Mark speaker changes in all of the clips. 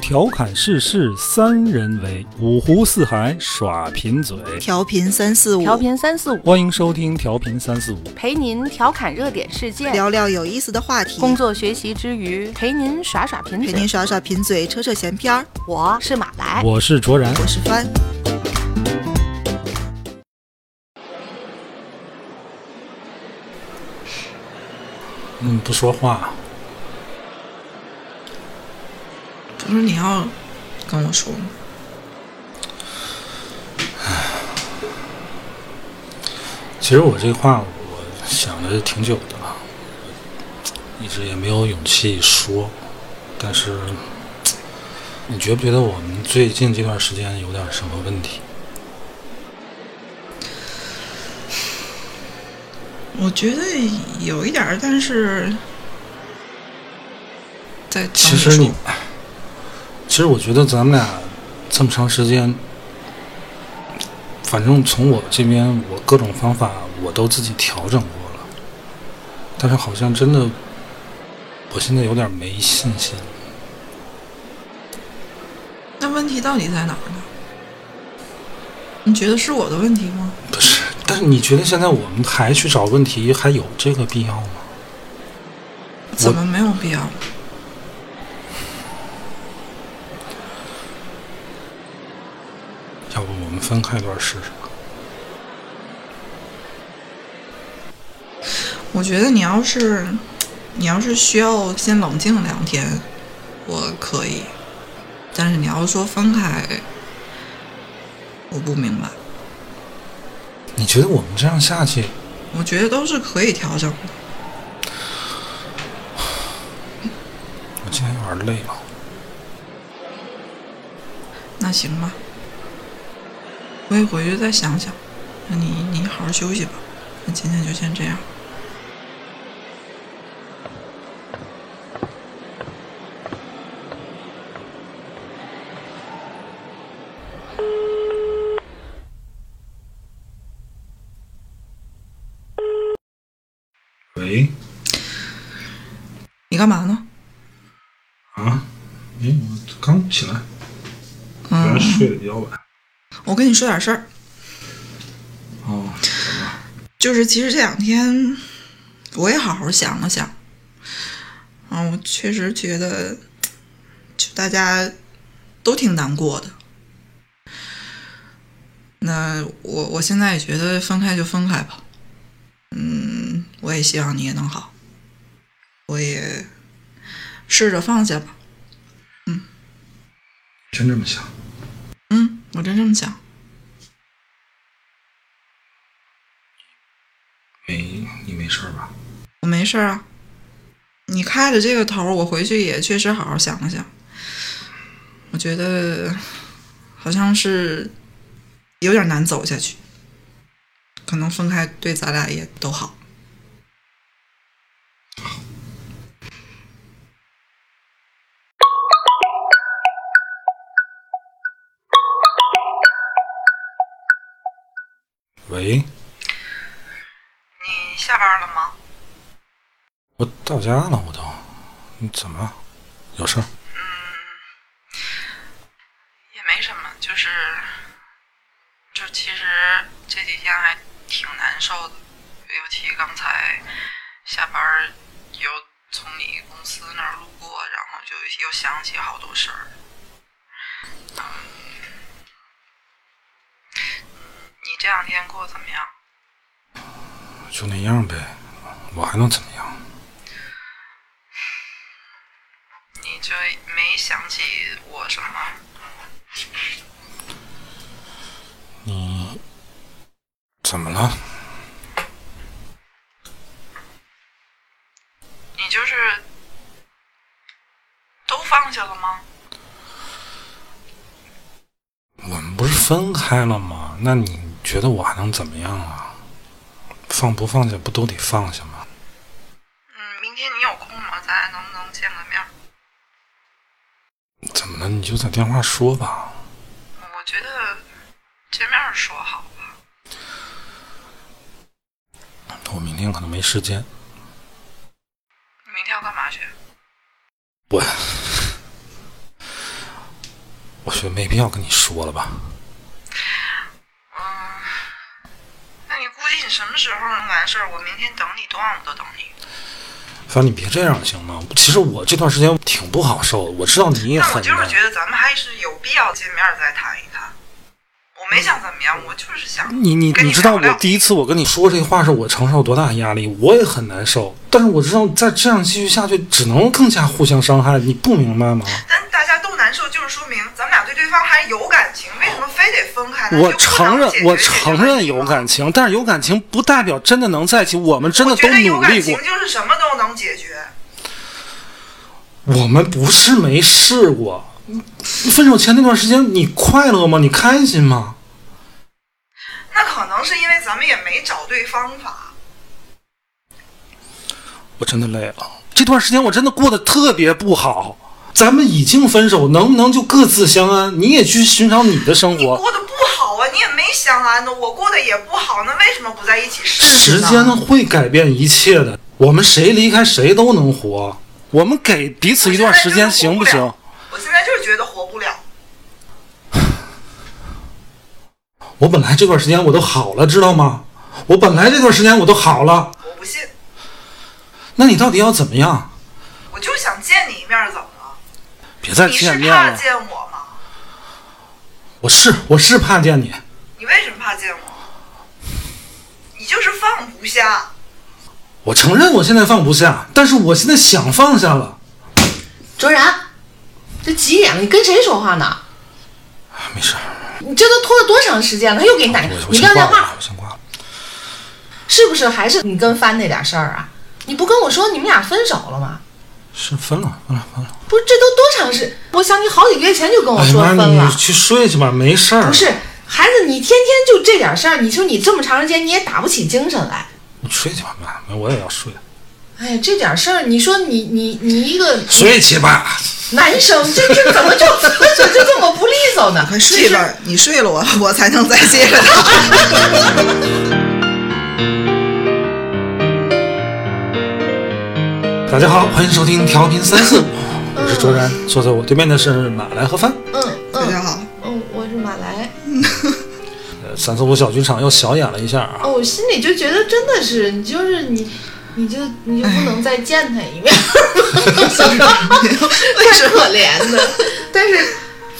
Speaker 1: 调侃世事三人为，五湖四海耍贫嘴。
Speaker 2: 调频三四五，
Speaker 3: 调频三四五，
Speaker 1: 欢迎收听调频三四五，
Speaker 3: 陪您调侃热点事件，
Speaker 2: 聊聊有意思的话题，
Speaker 3: 工作学习之余陪您耍耍贫
Speaker 2: 陪
Speaker 3: 嘴
Speaker 2: 您。耍耍贫嘴，扯扯闲篇儿。
Speaker 3: 我是马来，
Speaker 1: 我是卓然。
Speaker 2: 我是帆，
Speaker 1: 嗯，不说话，
Speaker 2: 他说你要跟我说吗？
Speaker 1: 其实我这话我想了挺久的了，一直也没有勇气说。但是，你觉不觉得我们最近这段时间有点什么问题？
Speaker 4: 我觉得有一点儿，但是在
Speaker 1: 其实你，其实我觉得咱们俩这么长时间，反正从我这边，我各种方法我都自己调整过了，但是好像真的，我现在有点没信心。
Speaker 4: 那问题到底在哪儿呢？你觉得是我的问题吗？
Speaker 1: 不是，但是你觉得现在我们还去找问题，还有这个必要吗？
Speaker 4: 怎么没有必要？
Speaker 1: 要不我们分开一段试试？
Speaker 4: 我觉得你要是你要是需要先冷静两天，我可以。但是你要说分开，我不明白。
Speaker 1: 你觉得我们这样下去，
Speaker 4: 我觉得都是可以调整的。
Speaker 1: 我今天有点累了。
Speaker 4: 那行吧，我也回去再想想。那你你好好休息吧。那今天就先这样。
Speaker 1: 喂，
Speaker 4: 你干嘛呢？
Speaker 1: 啊，哎，我刚起来，原来
Speaker 4: 嗯，
Speaker 1: 睡得比较晚。
Speaker 4: 我跟你说点事儿，
Speaker 1: 哦，
Speaker 4: 就是其实这两天我也好好想了想，啊，我确实觉得，就大家都挺难过的。那我我现在也觉得分开就分开吧，嗯，我也希望你也能好，我也试着放下吧。
Speaker 1: 真这么想？
Speaker 4: 嗯，我真这么想。
Speaker 1: 没，你没事儿吧？
Speaker 4: 我没事儿啊。你开的这个头儿，我回去也确实好好想了想。我觉得好像是有点难走下去，可能分开对咱俩也都好。
Speaker 1: 喂，
Speaker 4: 你下班了吗？
Speaker 1: 我到家了，我都，你怎么了有事儿？
Speaker 4: 也没什么，就是就其实这几天还挺难受的，尤其刚才下班儿又从你公司那儿路过，然后就又想起好多事儿。嗯，你这两天过得怎么样？
Speaker 1: 就那样呗，我还能怎么样？
Speaker 4: 你就没想起我什么？
Speaker 1: 你怎么了？
Speaker 4: 你就是都放下了吗？
Speaker 1: 我们不是分开了吗？那你觉得我还能怎么样啊？放不放下不都得放下吗？
Speaker 4: 嗯，明天你有空吗？咱俩能不能见个面儿？
Speaker 1: 怎么了？你就在电话说吧。
Speaker 4: 我觉得见面儿说好吧。
Speaker 1: 我明天可能没时间。
Speaker 4: 明天要干嘛去？
Speaker 1: 我就没必要跟你说了吧？
Speaker 2: 嗯，那你估计你什么时候能完事儿？我明天等你，多晚我都等你。
Speaker 1: 反正你别这样行吗？其实我这段时间挺不好受的，我知道你也
Speaker 2: 但我
Speaker 1: 很
Speaker 2: 就是
Speaker 1: 累。
Speaker 2: 觉得咱们还是有必要见面再谈一谈。我没想怎么样，我就是想
Speaker 1: 嗯你你
Speaker 2: 跟
Speaker 1: 你
Speaker 2: 你
Speaker 1: 知道
Speaker 2: 聊聊
Speaker 1: 我第一次我跟你说这话是我承受多大的压力，我也很难受。但是我知道再这样继续下去，只能更加互相伤害。你不明白吗？
Speaker 2: 但大家都难受，就是说明咱们俩对对方还有感情，为什么非得分开呢？
Speaker 1: 我
Speaker 2: 就不
Speaker 1: 承认
Speaker 2: 能解决，
Speaker 1: 我
Speaker 2: 这个
Speaker 1: 承
Speaker 2: 问
Speaker 1: 认
Speaker 2: 题
Speaker 1: 有
Speaker 2: 吗
Speaker 1: 感情，但是有感情不代表真的能在一起。我们真的
Speaker 2: 我
Speaker 1: 都
Speaker 2: 觉得有
Speaker 1: 努
Speaker 2: 感
Speaker 1: 力过
Speaker 2: 情，就是什么都能解决。
Speaker 1: 我们不是没试过。分手前那段时间，你快乐吗？你开心吗？
Speaker 2: 那可能是因为咱们也没找对方法。
Speaker 1: 我真的累了，这段时间我真的过得特别不好。咱们已经分手，能不能就各自相安？你也去寻找你的生
Speaker 2: 你
Speaker 1: 活。
Speaker 2: 过得不好啊，你也没相安呢，我过得也不好，那为什么不在一起试试
Speaker 1: 时
Speaker 2: 呢？
Speaker 1: 间会改变一切的，我们谁离开谁都能活。我们给彼此一段时间行不行？
Speaker 2: 我现在就是觉得活不了。
Speaker 1: 我本来这段时间我都好了，知道吗？我本来这段时间我都好了，
Speaker 2: 我不信，
Speaker 1: 那你到底要怎么样？
Speaker 2: 我就想见你一面，怎么了？
Speaker 1: 别再
Speaker 2: 你是
Speaker 1: 见面
Speaker 2: 怕
Speaker 1: 了。
Speaker 2: 见我吗？
Speaker 1: 我是我是怕见你，
Speaker 2: 你为什么怕见我？你就是放不下。
Speaker 1: 我承认我现在放不下，但是我现在想放下了。
Speaker 5: 卓然，这急眼了，你跟谁说话呢？
Speaker 1: 啊没事儿，
Speaker 5: 你这都拖了多长时间了？他又给你打
Speaker 1: 我，我
Speaker 5: 哎你
Speaker 1: 先
Speaker 5: 撂
Speaker 1: 挂了
Speaker 5: 电
Speaker 1: 啊，
Speaker 5: 话
Speaker 1: 我先挂了。
Speaker 5: 是不是还是你跟帆那点事儿啊？你不跟我说你们俩分手了吗？
Speaker 1: 是分了，分了，分了。
Speaker 5: 不是，这都多长时？我想你好几个月前就跟我哦说
Speaker 1: 哎
Speaker 5: 分
Speaker 1: 妈，你
Speaker 5: 了。
Speaker 1: 去睡去吧，没事儿。
Speaker 5: 不是，孩子，你天天就这点事儿，你说你这么长时间你也打不起精神来。
Speaker 1: 你睡去吧，妈，妈我也要睡。
Speaker 5: 哎呀，这点事儿，你说你你你一个
Speaker 1: 睡去吧，
Speaker 5: 男生，这这怎么就分手就这么不利索呢？
Speaker 4: 快睡
Speaker 5: 其实
Speaker 4: 吧，你睡了我， 我才能再接着聊。
Speaker 1: 大家好，欢迎收听调频三四五，我是卓然，坐在我对面的是马来和帆。
Speaker 5: 嗯
Speaker 4: 大家
Speaker 5: 嗯
Speaker 4: 好，
Speaker 5: 嗯，我是马来。
Speaker 1: 呃，三四五小剧场又小演了一下啊。
Speaker 5: 哦，我心里就觉得真的是，你就是你，你就你就不能再见他一 面，太可怜了。 但是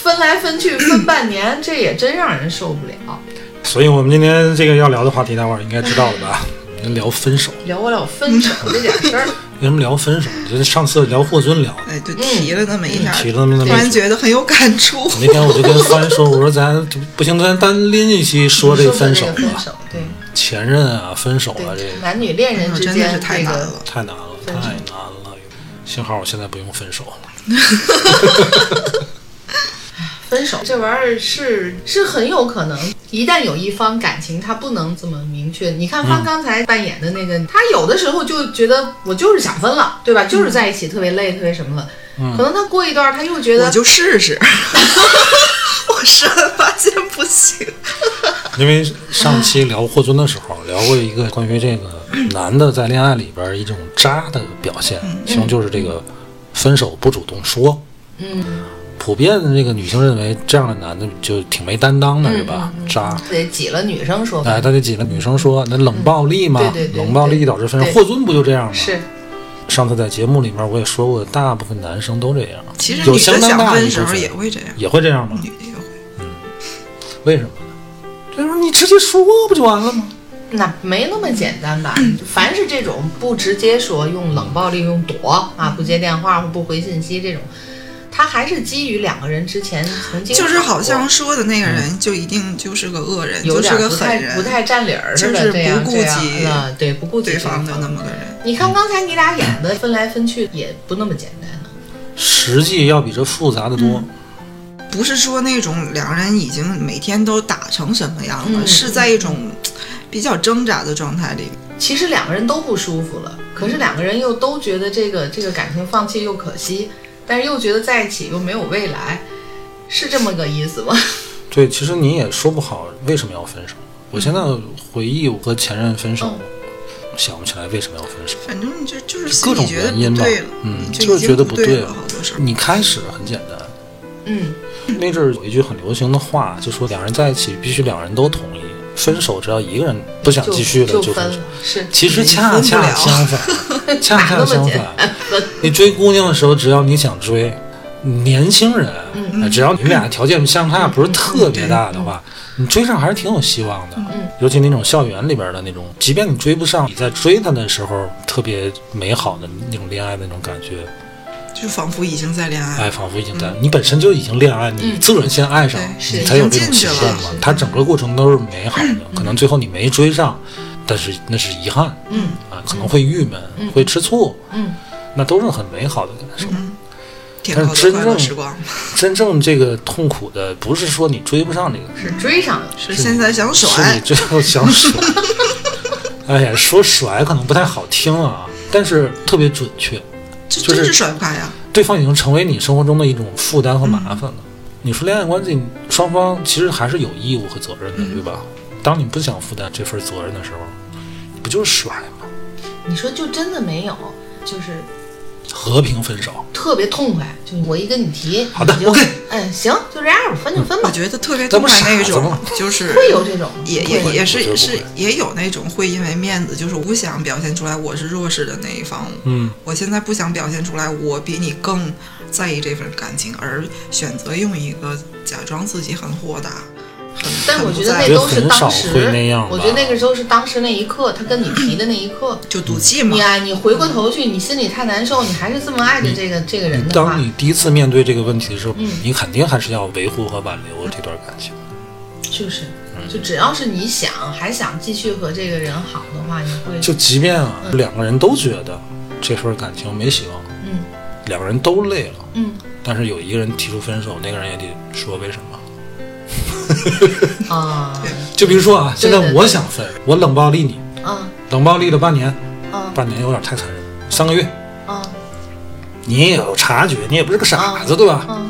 Speaker 5: 分来分去分半年，这也真让人受不了。
Speaker 1: 所以我们今天这个要聊的话题，大伙儿应该知道了吧？我们聊分手，
Speaker 5: 聊不了分手这点 事儿，
Speaker 1: 为什么聊分手？就是上次聊霍尊聊，
Speaker 4: 哎，就提了那么一下，
Speaker 1: 嗯提了那么
Speaker 4: 突
Speaker 1: 一
Speaker 4: 然
Speaker 1: 句
Speaker 4: 觉得很有感触。
Speaker 1: 那天我就跟帆说，我说咱不行，咱单拎一期说这
Speaker 5: 说
Speaker 1: 分手
Speaker 5: 说这个分
Speaker 1: 吧，
Speaker 5: 手，对
Speaker 1: 前任啊，分手啊，这
Speaker 5: 对，男女恋人
Speaker 4: 哎呦
Speaker 5: 之
Speaker 4: 真的
Speaker 5: 间
Speaker 4: 是太难
Speaker 5: 这个
Speaker 4: 了，
Speaker 1: 太难了，太难了。幸好我现在不用分手了。
Speaker 5: 分手这玩意儿是是很有可能，一旦有一方感情他不能这么明确。你
Speaker 1: 嗯
Speaker 5: 看方刚才扮演的那个，他有的时候就觉得我就是想分了，对吧？就是在一起特别累，特别什么了。
Speaker 1: 嗯
Speaker 5: 可能他过一段儿他又觉
Speaker 4: 我
Speaker 5: 得
Speaker 4: 就试试，我实在发现不行。
Speaker 1: 因为上期聊霍尊的时候，聊过一个关于这个男的在恋爱里边一种渣的表现，
Speaker 5: 嗯
Speaker 1: 其中就是这个分手不主动说。嗯，普遍的这个女性认为这样的男的就挺没担当的，
Speaker 5: 嗯
Speaker 1: 是吧？渣。
Speaker 5: 得挤了女生说吧，
Speaker 1: 哎，他就挤了女生说，那冷暴力嘛，
Speaker 5: 嗯对对对
Speaker 1: 冷暴力导致分手。
Speaker 5: 对
Speaker 1: 霍尊不就这样吗？
Speaker 5: 是
Speaker 1: 上次在节目里面我也说过，大部分男生都这样，
Speaker 4: 其实
Speaker 1: 有
Speaker 4: 女
Speaker 1: 相
Speaker 4: 的
Speaker 1: 当
Speaker 4: 想
Speaker 1: 大一
Speaker 4: 分
Speaker 1: 部
Speaker 4: 手
Speaker 1: 分
Speaker 4: 也会这嗯样，
Speaker 1: 也会这样吗？
Speaker 4: 女的也会。
Speaker 1: 为什么呢？这时候你直接说不就完了吗？
Speaker 5: 那没那么简单吧？
Speaker 4: 嗯
Speaker 5: 凡是这种不直接说，用冷暴力、用躲啊，不接电话或不回信息这种，他还是基于两个人之前曾经
Speaker 4: 就是好
Speaker 5: 过
Speaker 4: 像说的那个人就一定就是个恶人，
Speaker 5: 有
Speaker 4: 就是
Speaker 5: 点儿
Speaker 4: 个
Speaker 5: 不太
Speaker 4: 狠人，
Speaker 5: 不太占理儿
Speaker 4: 就
Speaker 5: 似的，
Speaker 4: 是
Speaker 5: 这样
Speaker 4: 不
Speaker 5: 这
Speaker 4: 顾
Speaker 5: 样
Speaker 4: 及
Speaker 5: 啊，对，不顾及
Speaker 4: 对方的那
Speaker 5: 方。
Speaker 4: 么个人。
Speaker 5: 你看刚才你俩演的分来分去也不那么简单啊，
Speaker 1: 实际要比这复杂的
Speaker 4: 嗯
Speaker 1: 多。
Speaker 4: 不是说那种两人已经每天都打成什么样了，
Speaker 5: 嗯
Speaker 4: 是在一种比较挣扎的状态里。
Speaker 5: 其实两个人都不舒服了，可是两个人又都觉得这个这个感情放弃又可惜，但是又觉得在一起又没有未来，是这么个意思吗？
Speaker 1: 对，其实你也说不好为什么要分手。
Speaker 4: 嗯
Speaker 1: 我现在回忆我和前任分手，想不起来为什么要分手。
Speaker 4: 反正就就是
Speaker 1: 各
Speaker 4: 心
Speaker 1: 种
Speaker 4: 里觉得
Speaker 1: 原因
Speaker 4: 不
Speaker 1: 吧
Speaker 4: 对了，
Speaker 1: 嗯
Speaker 4: 你
Speaker 1: 就是
Speaker 4: 已经
Speaker 1: 觉得不
Speaker 4: 不
Speaker 1: 对了
Speaker 4: 了，好多事儿。
Speaker 1: 你开始很简单，
Speaker 5: 嗯，
Speaker 1: 那阵儿有一句很流行的话，就说两人在一起必须两人都同意，分手只要一个人不想
Speaker 5: 就
Speaker 1: 继续了
Speaker 5: 就
Speaker 1: 就
Speaker 5: 分
Speaker 1: 分
Speaker 5: 了
Speaker 1: 手。，
Speaker 5: 是
Speaker 1: 其实恰
Speaker 4: 分不
Speaker 1: 恰
Speaker 4: 了
Speaker 1: 相反， 恰
Speaker 5: 哪
Speaker 1: 恰
Speaker 5: 那么
Speaker 1: 相
Speaker 5: 简
Speaker 1: 反。你追姑娘的时候，只要你想追，年轻人，
Speaker 5: 嗯
Speaker 1: 哎只要你们俩条件相差不是特别大的话，你追上还是挺有希望
Speaker 5: 嗯
Speaker 1: 的。尤其那种校园里边的那种，即便你追不上，你在追她的时候特别美好的那种恋爱的那种感觉，
Speaker 4: 就仿佛已经在恋爱嗯
Speaker 1: 哎，仿佛已经在、你本身就已经恋爱，你自个儿先爱上，
Speaker 4: 对
Speaker 5: 是
Speaker 1: 你才有
Speaker 4: 已
Speaker 1: 这
Speaker 4: 经
Speaker 1: 种
Speaker 4: 进
Speaker 1: 体
Speaker 4: 去
Speaker 1: 验
Speaker 4: 了嗯
Speaker 1: 嘛
Speaker 5: 是。
Speaker 1: 它整个过程都是美好的，可能最后你没追上，但是那是遗憾，
Speaker 5: 嗯
Speaker 1: 啊，可能会郁闷，会吃醋，
Speaker 5: 嗯，
Speaker 1: 那都是很美好的感受。
Speaker 4: 嗯挺
Speaker 1: 但
Speaker 4: 好
Speaker 1: 是
Speaker 4: 的
Speaker 1: 真
Speaker 4: 快
Speaker 1: 正
Speaker 4: 乐时光。
Speaker 1: 真正这个痛苦的，不是说你追不上这个，
Speaker 5: 是追上了，
Speaker 4: 是现在想
Speaker 1: 是你
Speaker 4: 甩，
Speaker 1: 最后想 甩。哎呀，说甩可能不太好听啊，但是特别准确。
Speaker 4: 这
Speaker 1: 就是
Speaker 4: 真是甩不开呀。
Speaker 1: 对方已经成为你生活中的一种负担和麻烦了。你说恋爱关系，双方其实还是有义务和责任
Speaker 5: 嗯
Speaker 1: 的，对吧？当你不想负担这份责任的时候，你不就是甩吗？
Speaker 5: 你说就真的没有，就是
Speaker 1: 和平分手。
Speaker 5: 特别痛快，就我一跟你提，
Speaker 1: 好的嗯
Speaker 5: 你就
Speaker 1: OK
Speaker 5: 哎，行，就这样吧，分就分吧
Speaker 4: 我，觉得特别
Speaker 1: 咱
Speaker 4: 痛
Speaker 1: 们
Speaker 4: 快那一
Speaker 1: 傻子
Speaker 4: 种
Speaker 1: 吗，
Speaker 4: 就是
Speaker 5: 会有这种吗
Speaker 4: 也
Speaker 1: 不会
Speaker 4: 也也
Speaker 1: 不会
Speaker 4: 是
Speaker 1: 不
Speaker 4: 是
Speaker 1: 会
Speaker 4: 也有那种会因为面子，就是我不想表现出来我是弱势的那一方，
Speaker 1: 嗯，
Speaker 4: 我现在不想表现出来我比你更在意这份感情，而选择用一个假装自己很豁达，很
Speaker 5: 但
Speaker 4: 很
Speaker 5: 我
Speaker 4: 不
Speaker 5: 觉得
Speaker 4: 在
Speaker 5: 那
Speaker 4: 乎
Speaker 5: 都是当时
Speaker 1: 很少会那样吧，
Speaker 5: 我觉得那个时候是当时那一刻，他跟你提的那一刻，
Speaker 4: 就赌气嘛
Speaker 5: 你，啊，你回过头去，你心里太难受，你还是这么爱着这个这个人的话
Speaker 1: 嗯当，你第一次面对这个问题的时候，
Speaker 5: 嗯
Speaker 1: 你肯定还是要维护和挽留这段感情。
Speaker 5: 就是，
Speaker 4: 嗯
Speaker 5: 就只要是你想还想继续和这个人好的话，你会
Speaker 1: 就即便啊，两个人都觉得这份感情没希望，
Speaker 5: 嗯
Speaker 1: 两个人都累了，
Speaker 5: 嗯
Speaker 1: 但是有一个人提出分手，那个人也得说为什么。
Speaker 5: 啊
Speaker 1: 就比如说啊，现
Speaker 5: 对
Speaker 1: 在
Speaker 5: 对对
Speaker 1: 我想分，我冷暴力你，
Speaker 5: 啊
Speaker 1: 冷暴力了半年，
Speaker 5: 啊
Speaker 1: 半年有点太残忍，三个月，
Speaker 5: 啊
Speaker 1: 你也有察觉，你也不是个傻子，对吧？
Speaker 5: 啊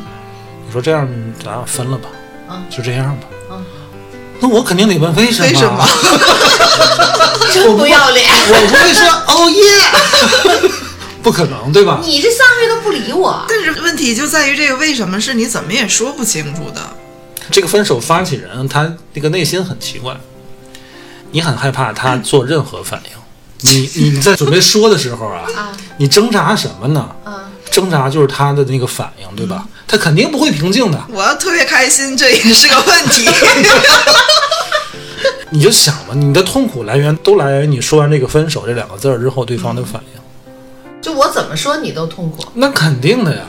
Speaker 1: 你说这样咱俩分了吧，
Speaker 5: 嗯
Speaker 1: 就这样吧，
Speaker 5: 嗯
Speaker 1: 那我肯定得问为什么？
Speaker 4: 为什么？
Speaker 5: 真不要脸！
Speaker 1: 我不会说哦耶， 不可能，对吧？
Speaker 5: 你这三个月都不理我，
Speaker 4: 但是问题就在于这个为什么是你怎么也说不清楚的，
Speaker 1: 这个分手发起人他那个内心很奇怪，你很害怕他做任何反应。你你在准备说的时候啊，
Speaker 5: 啊
Speaker 1: 你挣扎什么呢？
Speaker 5: 啊
Speaker 1: 挣扎就是他的那个反应，对吧？他肯定不会平静的。
Speaker 4: 我要特别开心，这也是个问 题。
Speaker 1: 你就想吧，你的痛苦来源都来源于你说完这个“分手”这两个字儿之后对方的反应，
Speaker 5: 就我怎么说你都痛苦。
Speaker 1: 那肯定的呀。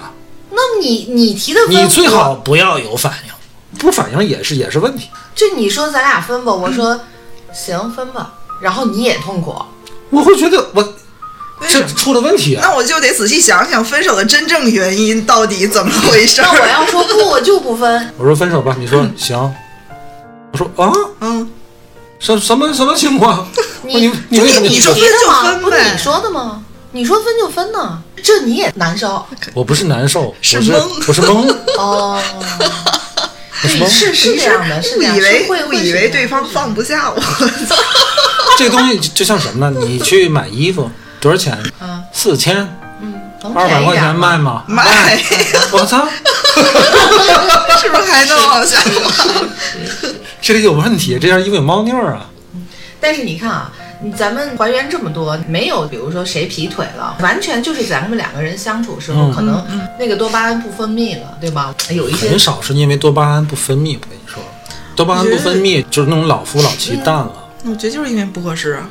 Speaker 5: 那你你提的分，
Speaker 1: 你最好不要有反应，不反应也是也是问题。
Speaker 5: 就你说咱俩分吧，我说、行分吧，然后你也痛苦，
Speaker 1: 我会觉得我
Speaker 4: 为什
Speaker 1: 这
Speaker 4: 么？
Speaker 1: 出了问题啊
Speaker 4: 那，我就得仔细想想分手的真正原因到底怎么回事
Speaker 5: 那 我
Speaker 4: 儿。
Speaker 5: 要说不，我就不 分。
Speaker 1: 我说分手吧，你说行，我说啊，
Speaker 4: 嗯，
Speaker 1: 什什么什么情况？我
Speaker 5: 你
Speaker 1: 你为什么
Speaker 4: 你
Speaker 1: 要
Speaker 4: 说
Speaker 1: 分
Speaker 5: 提
Speaker 1: 手
Speaker 5: 的
Speaker 4: 分
Speaker 5: 吗？
Speaker 4: 就分呗
Speaker 5: 不是你说的吗？你说分就分呢，这你也难受
Speaker 1: 我不是难受，我
Speaker 4: 是
Speaker 1: 是
Speaker 4: 懵
Speaker 1: 我是懵，
Speaker 5: 哦。
Speaker 1: 我是懵。
Speaker 5: 是是这样的，是
Speaker 4: 误
Speaker 5: 这样
Speaker 4: 以
Speaker 5: 的，
Speaker 4: 为
Speaker 5: 是会
Speaker 4: 误
Speaker 5: 会
Speaker 4: 以
Speaker 5: 是
Speaker 4: 为
Speaker 5: 这
Speaker 4: 对
Speaker 5: 样
Speaker 4: 方放不下我，
Speaker 1: 这东西就就像什么呢？你去买衣服多少钱？
Speaker 5: 嗯
Speaker 1: 四千，
Speaker 5: 嗯，能
Speaker 1: 二
Speaker 5: 便
Speaker 1: 百
Speaker 5: 宜
Speaker 1: 块
Speaker 5: 点
Speaker 1: 钱卖
Speaker 5: 吗
Speaker 1: 吗？ 哎
Speaker 4: 卖，
Speaker 1: 我操！
Speaker 4: 是不是还能往下滑？
Speaker 1: 这个有问题，这件衣服有猫腻儿啊！
Speaker 5: 但是你看啊，你咱们还原这么多，没有比如说谁劈腿了，完全就是咱们两个人相处时候，
Speaker 1: 嗯
Speaker 5: 可能那个多巴胺不分泌了，对吧？有一些
Speaker 1: 很少是因为多巴胺不分泌，我跟你说，多巴胺不分泌就是那种老夫老妻
Speaker 5: 嗯
Speaker 1: 淡了，
Speaker 4: 我觉得就是因为不合适啊。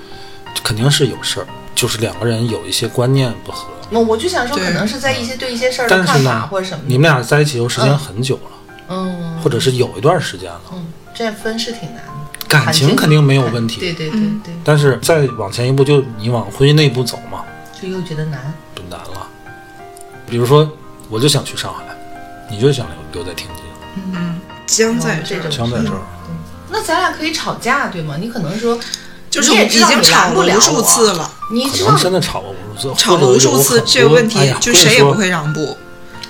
Speaker 1: 肯定是有事儿，就是两个人有一些观念不合。
Speaker 5: 我我就想说，
Speaker 4: 对
Speaker 5: 可能是在一些对一些事儿的
Speaker 1: 但是
Speaker 5: 看法
Speaker 1: 呢
Speaker 5: 或者什，么
Speaker 1: 你
Speaker 5: 的，
Speaker 1: 们俩在一起又时间很久了，
Speaker 5: 嗯
Speaker 1: 或者是有一段时间了，
Speaker 5: 嗯，这分是挺难的，
Speaker 1: 感情肯定没有问
Speaker 5: 对
Speaker 1: 题。
Speaker 5: 对对
Speaker 4: 嗯
Speaker 5: 对，
Speaker 1: 但是再往前一步，就你往婚姻那一步走嘛，
Speaker 5: 就又觉得难，
Speaker 1: 就难了。比如说，我就想去上海，你就想留留在天津，
Speaker 4: 僵在
Speaker 5: 这
Speaker 4: 儿
Speaker 5: 种
Speaker 1: 想在这儿。
Speaker 5: 那咱俩可以吵架，对吗？你可能说，
Speaker 4: 就是
Speaker 5: 你也
Speaker 4: 已
Speaker 5: 知道
Speaker 4: 经
Speaker 5: 你拦
Speaker 4: 吵
Speaker 5: 不
Speaker 4: 了
Speaker 5: 了
Speaker 4: 无数
Speaker 5: 我
Speaker 4: 次了，
Speaker 5: 你
Speaker 1: 可
Speaker 5: 知道
Speaker 1: 能，真的吵过无数次，
Speaker 4: 吵了
Speaker 1: 或者
Speaker 4: 无数
Speaker 1: 有
Speaker 4: 次
Speaker 1: 很，
Speaker 4: 这个
Speaker 1: 多
Speaker 4: 问
Speaker 1: 哎
Speaker 4: 题
Speaker 1: 呀
Speaker 4: 就
Speaker 1: 跟你
Speaker 4: 谁也
Speaker 1: 说啊
Speaker 4: 不会让步，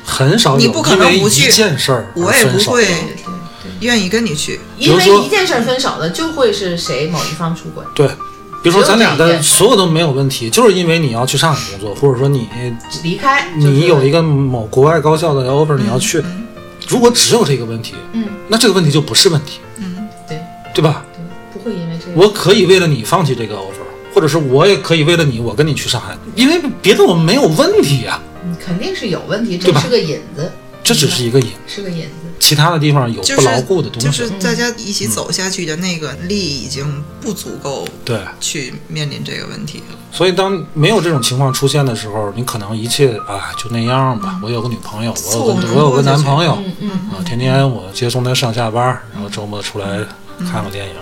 Speaker 1: 很少有
Speaker 4: 你不可能
Speaker 1: 因为
Speaker 4: 不
Speaker 1: 一
Speaker 4: 去
Speaker 1: 件事儿
Speaker 4: 我也
Speaker 1: 而分
Speaker 4: 不
Speaker 1: 手
Speaker 4: 会
Speaker 1: 的
Speaker 5: 对对对，
Speaker 1: 嗯
Speaker 4: 愿意跟你去。
Speaker 1: 比如
Speaker 5: 因
Speaker 1: 说
Speaker 5: 为一件事儿分手的，就会是谁某一方出轨，
Speaker 1: 对，比如说咱俩
Speaker 5: 只有这一
Speaker 1: 的
Speaker 5: 件
Speaker 1: 所有都没有问题，就是因为你要去上海工作，或者说你
Speaker 5: 离开，就是
Speaker 4: 嗯
Speaker 1: 你有一个某国外高校的 offer 你要去，如果只有这个问题，
Speaker 5: 嗯，
Speaker 1: 那这个问题就不是问题，
Speaker 4: 嗯，
Speaker 5: 对
Speaker 1: 对吧？
Speaker 5: 对，不会因为这个。
Speaker 1: 我可以为了你放弃这个 offer，或者是我也可以为了你，我跟你去上海，因为别的我们没有问题啊，
Speaker 5: 嗯肯定是有问题，
Speaker 1: 对
Speaker 5: 这
Speaker 1: 吧
Speaker 5: 是个引子，
Speaker 1: 这只是一个引，
Speaker 5: 是个引子。
Speaker 1: 其他的地方有
Speaker 4: 就
Speaker 1: 不牢
Speaker 4: 是
Speaker 1: 固的东西。嗯
Speaker 4: 就是大家一起走下去的那个力已经不足够
Speaker 1: 对，
Speaker 4: 去面临这个问题了。
Speaker 1: 所以当没有这种情况出现的时候，你可能一切啊就那样吧。我有个女朋友，我有
Speaker 4: 嗯凑合
Speaker 1: 个
Speaker 4: 着
Speaker 1: 我有个
Speaker 4: 过下
Speaker 1: 男
Speaker 4: 去
Speaker 1: 朋友，
Speaker 5: 嗯嗯，
Speaker 1: 啊，天天我接送他上下班，然后周末出来
Speaker 4: 嗯
Speaker 1: 看个电影，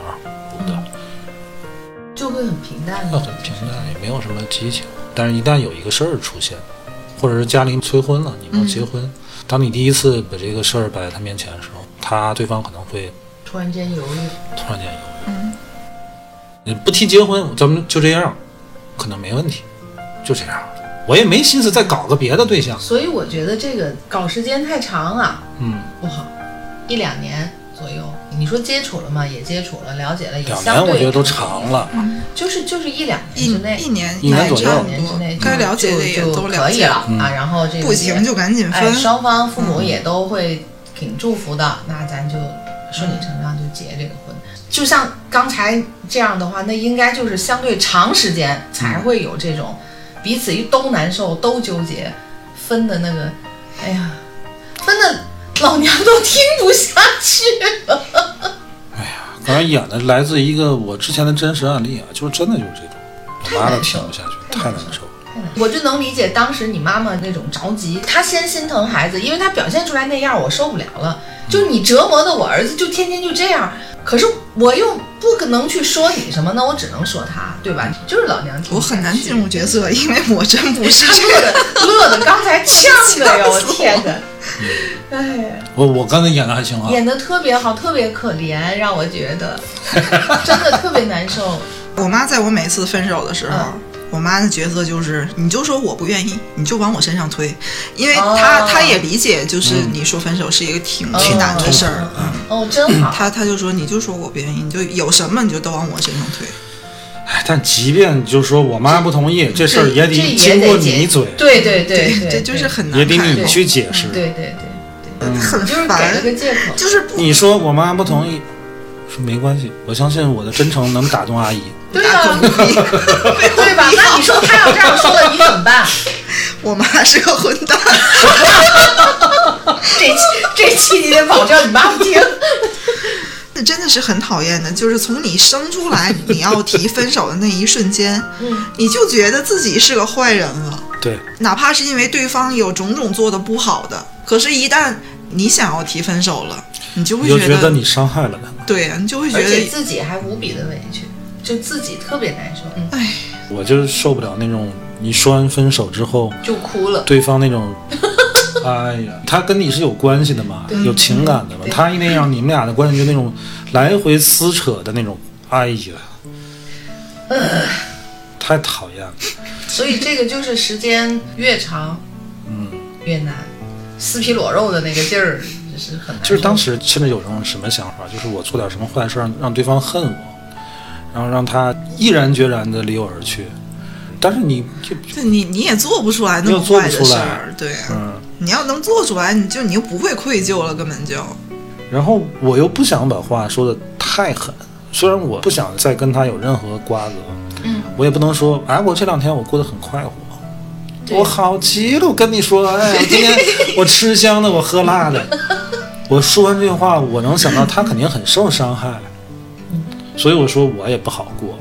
Speaker 1: 补的，
Speaker 5: 就会很平淡
Speaker 1: 那很哦平淡，也没有什么激情。但是，一旦有一个事儿出现，或者是家里催婚了，你要结婚，当你第一次把这个事儿摆在他面前的时候，他对方可能会
Speaker 5: 突然间犹豫，
Speaker 1: 突然间犹豫，你嗯不提结婚，咱们就这样，可能没问题，就这样。我也没心思再搞个别的对象，
Speaker 5: 所以我觉得这个搞时间太长啊，
Speaker 1: 嗯，
Speaker 5: 不好，一两年左右。你说接触了吗？也接触了，了解了，也
Speaker 1: 两
Speaker 5: 相
Speaker 1: 年
Speaker 5: 对
Speaker 1: 我觉得都长了，
Speaker 5: 就是就是一两年
Speaker 4: 一
Speaker 5: 之内，
Speaker 4: 一年
Speaker 1: 一年左右
Speaker 4: 差
Speaker 5: 两
Speaker 4: 不
Speaker 5: 年之内
Speaker 4: 多，
Speaker 5: 就
Speaker 4: 该了解的也
Speaker 5: 就
Speaker 4: 都
Speaker 5: 就
Speaker 4: 了
Speaker 5: 可以
Speaker 4: 解
Speaker 5: 了、
Speaker 1: 嗯
Speaker 5: 啊。然后这个
Speaker 4: 不行就赶紧
Speaker 5: 哎，
Speaker 4: 分。嗯
Speaker 5: 双方父母也都会挺祝福的，那咱就
Speaker 4: 嗯
Speaker 5: 顺理成章就结这个婚。就像刚才这样的话，那应该就是相对长时间才
Speaker 4: 嗯
Speaker 5: 会有这种彼此都难受、都纠结，分的那个，哎呀，分的老娘都听不下去了。
Speaker 1: 刚才演的来自一个我之前的真实案例啊，就是真的就是这种，我妈都
Speaker 5: 难受
Speaker 1: 听不下去，太
Speaker 5: 太
Speaker 1: 难
Speaker 5: 难
Speaker 1: 受了。
Speaker 5: 我就能理解当时你妈妈那种着急，她先心疼孩子，因为她表现出来那样，我受不了了。
Speaker 4: 嗯
Speaker 5: 就是你折磨的我儿子，就天天就这样。可是我又不可能去说你什么，那我只能说他，对吧？就是老娘
Speaker 4: 嗯
Speaker 5: 听
Speaker 4: 我
Speaker 5: 不下
Speaker 4: 很难
Speaker 5: 去
Speaker 4: 进入角
Speaker 5: 嗯
Speaker 4: 色， 因为我真不 是这
Speaker 5: 乐
Speaker 4: 个。
Speaker 5: 的乐的，刚才呛的呀，我
Speaker 4: 气死我
Speaker 5: 天哪！ 哎呀，
Speaker 1: 我我刚才演的还行啊，
Speaker 5: 演的特别好，特别可怜，让我 觉得真的特别难受。
Speaker 4: 我妈在我每次分手的时候，
Speaker 5: 嗯
Speaker 4: 我妈的角色就是，你就说我不愿意，你就往我身上推，因为
Speaker 5: 哦
Speaker 4: 她、她也理解，就是你说分手是一个挺
Speaker 5: 嗯
Speaker 4: 挺难的事儿
Speaker 1: 嗯，
Speaker 4: 嗯，
Speaker 5: 哦，真好，
Speaker 4: 她她就说你就说我不愿意，你就有什么你就都往我身上推，
Speaker 1: 哎，但即便就说我妈不同意，这事儿
Speaker 5: 嗯这
Speaker 1: 也
Speaker 5: 这也
Speaker 1: 得经过
Speaker 5: 解
Speaker 1: 你嘴，
Speaker 5: 对对对对，
Speaker 4: 这就是很
Speaker 1: 也
Speaker 4: 难
Speaker 1: 得
Speaker 4: 看
Speaker 1: 你
Speaker 4: 的，
Speaker 1: 去解释。
Speaker 5: 对对对对，
Speaker 4: 很
Speaker 5: 就是给了
Speaker 4: 烦，
Speaker 5: 个借口。
Speaker 4: 就是不
Speaker 1: 你说我妈不同意，说没关系，我相信我的真诚能打动阿姨。
Speaker 5: 对
Speaker 4: 大
Speaker 5: 吧？
Speaker 4: 滚逼。
Speaker 5: 对吧？那你说他要这样说了，你怎么办？
Speaker 4: 我妈是个混蛋，
Speaker 5: 这期这期你得保证你妈不 听。
Speaker 4: 那真的是很讨厌的，就是从你生出来你要提分手的那一瞬间，
Speaker 5: 嗯，
Speaker 4: 你就觉得自己是个坏人了。
Speaker 1: 对，
Speaker 4: 哪怕是因为对方有种种做的不好的，可是，一旦你想要提分手了，你就
Speaker 1: 你
Speaker 4: 会
Speaker 1: 就
Speaker 4: 觉
Speaker 1: 觉得你伤害了她。
Speaker 4: 对啊呀，你就会觉
Speaker 5: 而且
Speaker 4: 得，
Speaker 5: 自己还无比的委屈，就自己特别难受，嗯，
Speaker 4: 哎，
Speaker 1: 我就受不了那种你说完分手之后，
Speaker 5: 就哭了。
Speaker 1: 对方那 种，哎呀，他跟你是有关系的嘛，有情感的嘛，他一那样，你们俩的关系就那种来回撕扯的那种，哎呀，
Speaker 5: 呃
Speaker 1: 太讨厌了。
Speaker 5: 所以这个就是时间越长，嗯，越难，撕皮裸肉的那个劲儿，就是很难受。
Speaker 1: 就是当时甚至有种什么想法，就是我做点什么坏事儿让对方恨我，然后让他毅然决然的离我而去。但是你就
Speaker 4: 就你你也做不出来那
Speaker 1: 又
Speaker 4: 么
Speaker 1: 做不
Speaker 4: 坏的
Speaker 1: 出
Speaker 4: 事
Speaker 1: 来
Speaker 4: 儿，对呀、
Speaker 1: 嗯，
Speaker 4: 你要能做出来，你就你就不会愧疚了，根本就。
Speaker 1: 然后我又不想把话说的太狠，虽然我不想再跟他有任何瓜葛，
Speaker 5: 嗯，
Speaker 1: 我也不能说，哎，我这两天我过得很快活，
Speaker 5: 对
Speaker 1: 我好极了，我跟你说，哎，我今天我吃香的，我喝辣 的，我说完这句话，我能想到他肯定很受伤害，
Speaker 5: 嗯
Speaker 1: 所以我说我也不好过，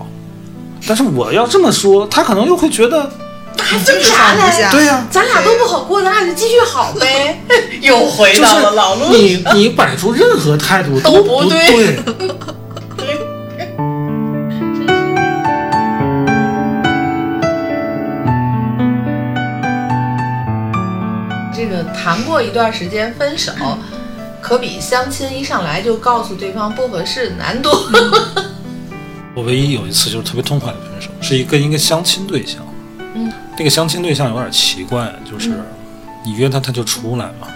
Speaker 1: 但是我要这么说，他可能又会觉得，
Speaker 5: 那还
Speaker 4: 就
Speaker 5: 分
Speaker 4: 是
Speaker 5: 啥
Speaker 4: 放不
Speaker 5: 嘞？
Speaker 4: 下，
Speaker 1: 对呀、
Speaker 5: 咱俩都不好过，咱俩就继续 好呗。又回
Speaker 1: 就
Speaker 5: 到
Speaker 1: 是
Speaker 5: 了老路。
Speaker 1: 你你摆出任何态度
Speaker 5: 都不
Speaker 1: 不
Speaker 5: 对
Speaker 1: 对
Speaker 5: 这个谈过一段时间分手，可比相亲一上来就告诉对方不合适难多。
Speaker 1: 我唯一有一次就是特别痛快的分手，是一跟一个相亲对象。
Speaker 5: 嗯，
Speaker 1: 那个相亲对象有点奇怪，就是你约他他就出来嘛。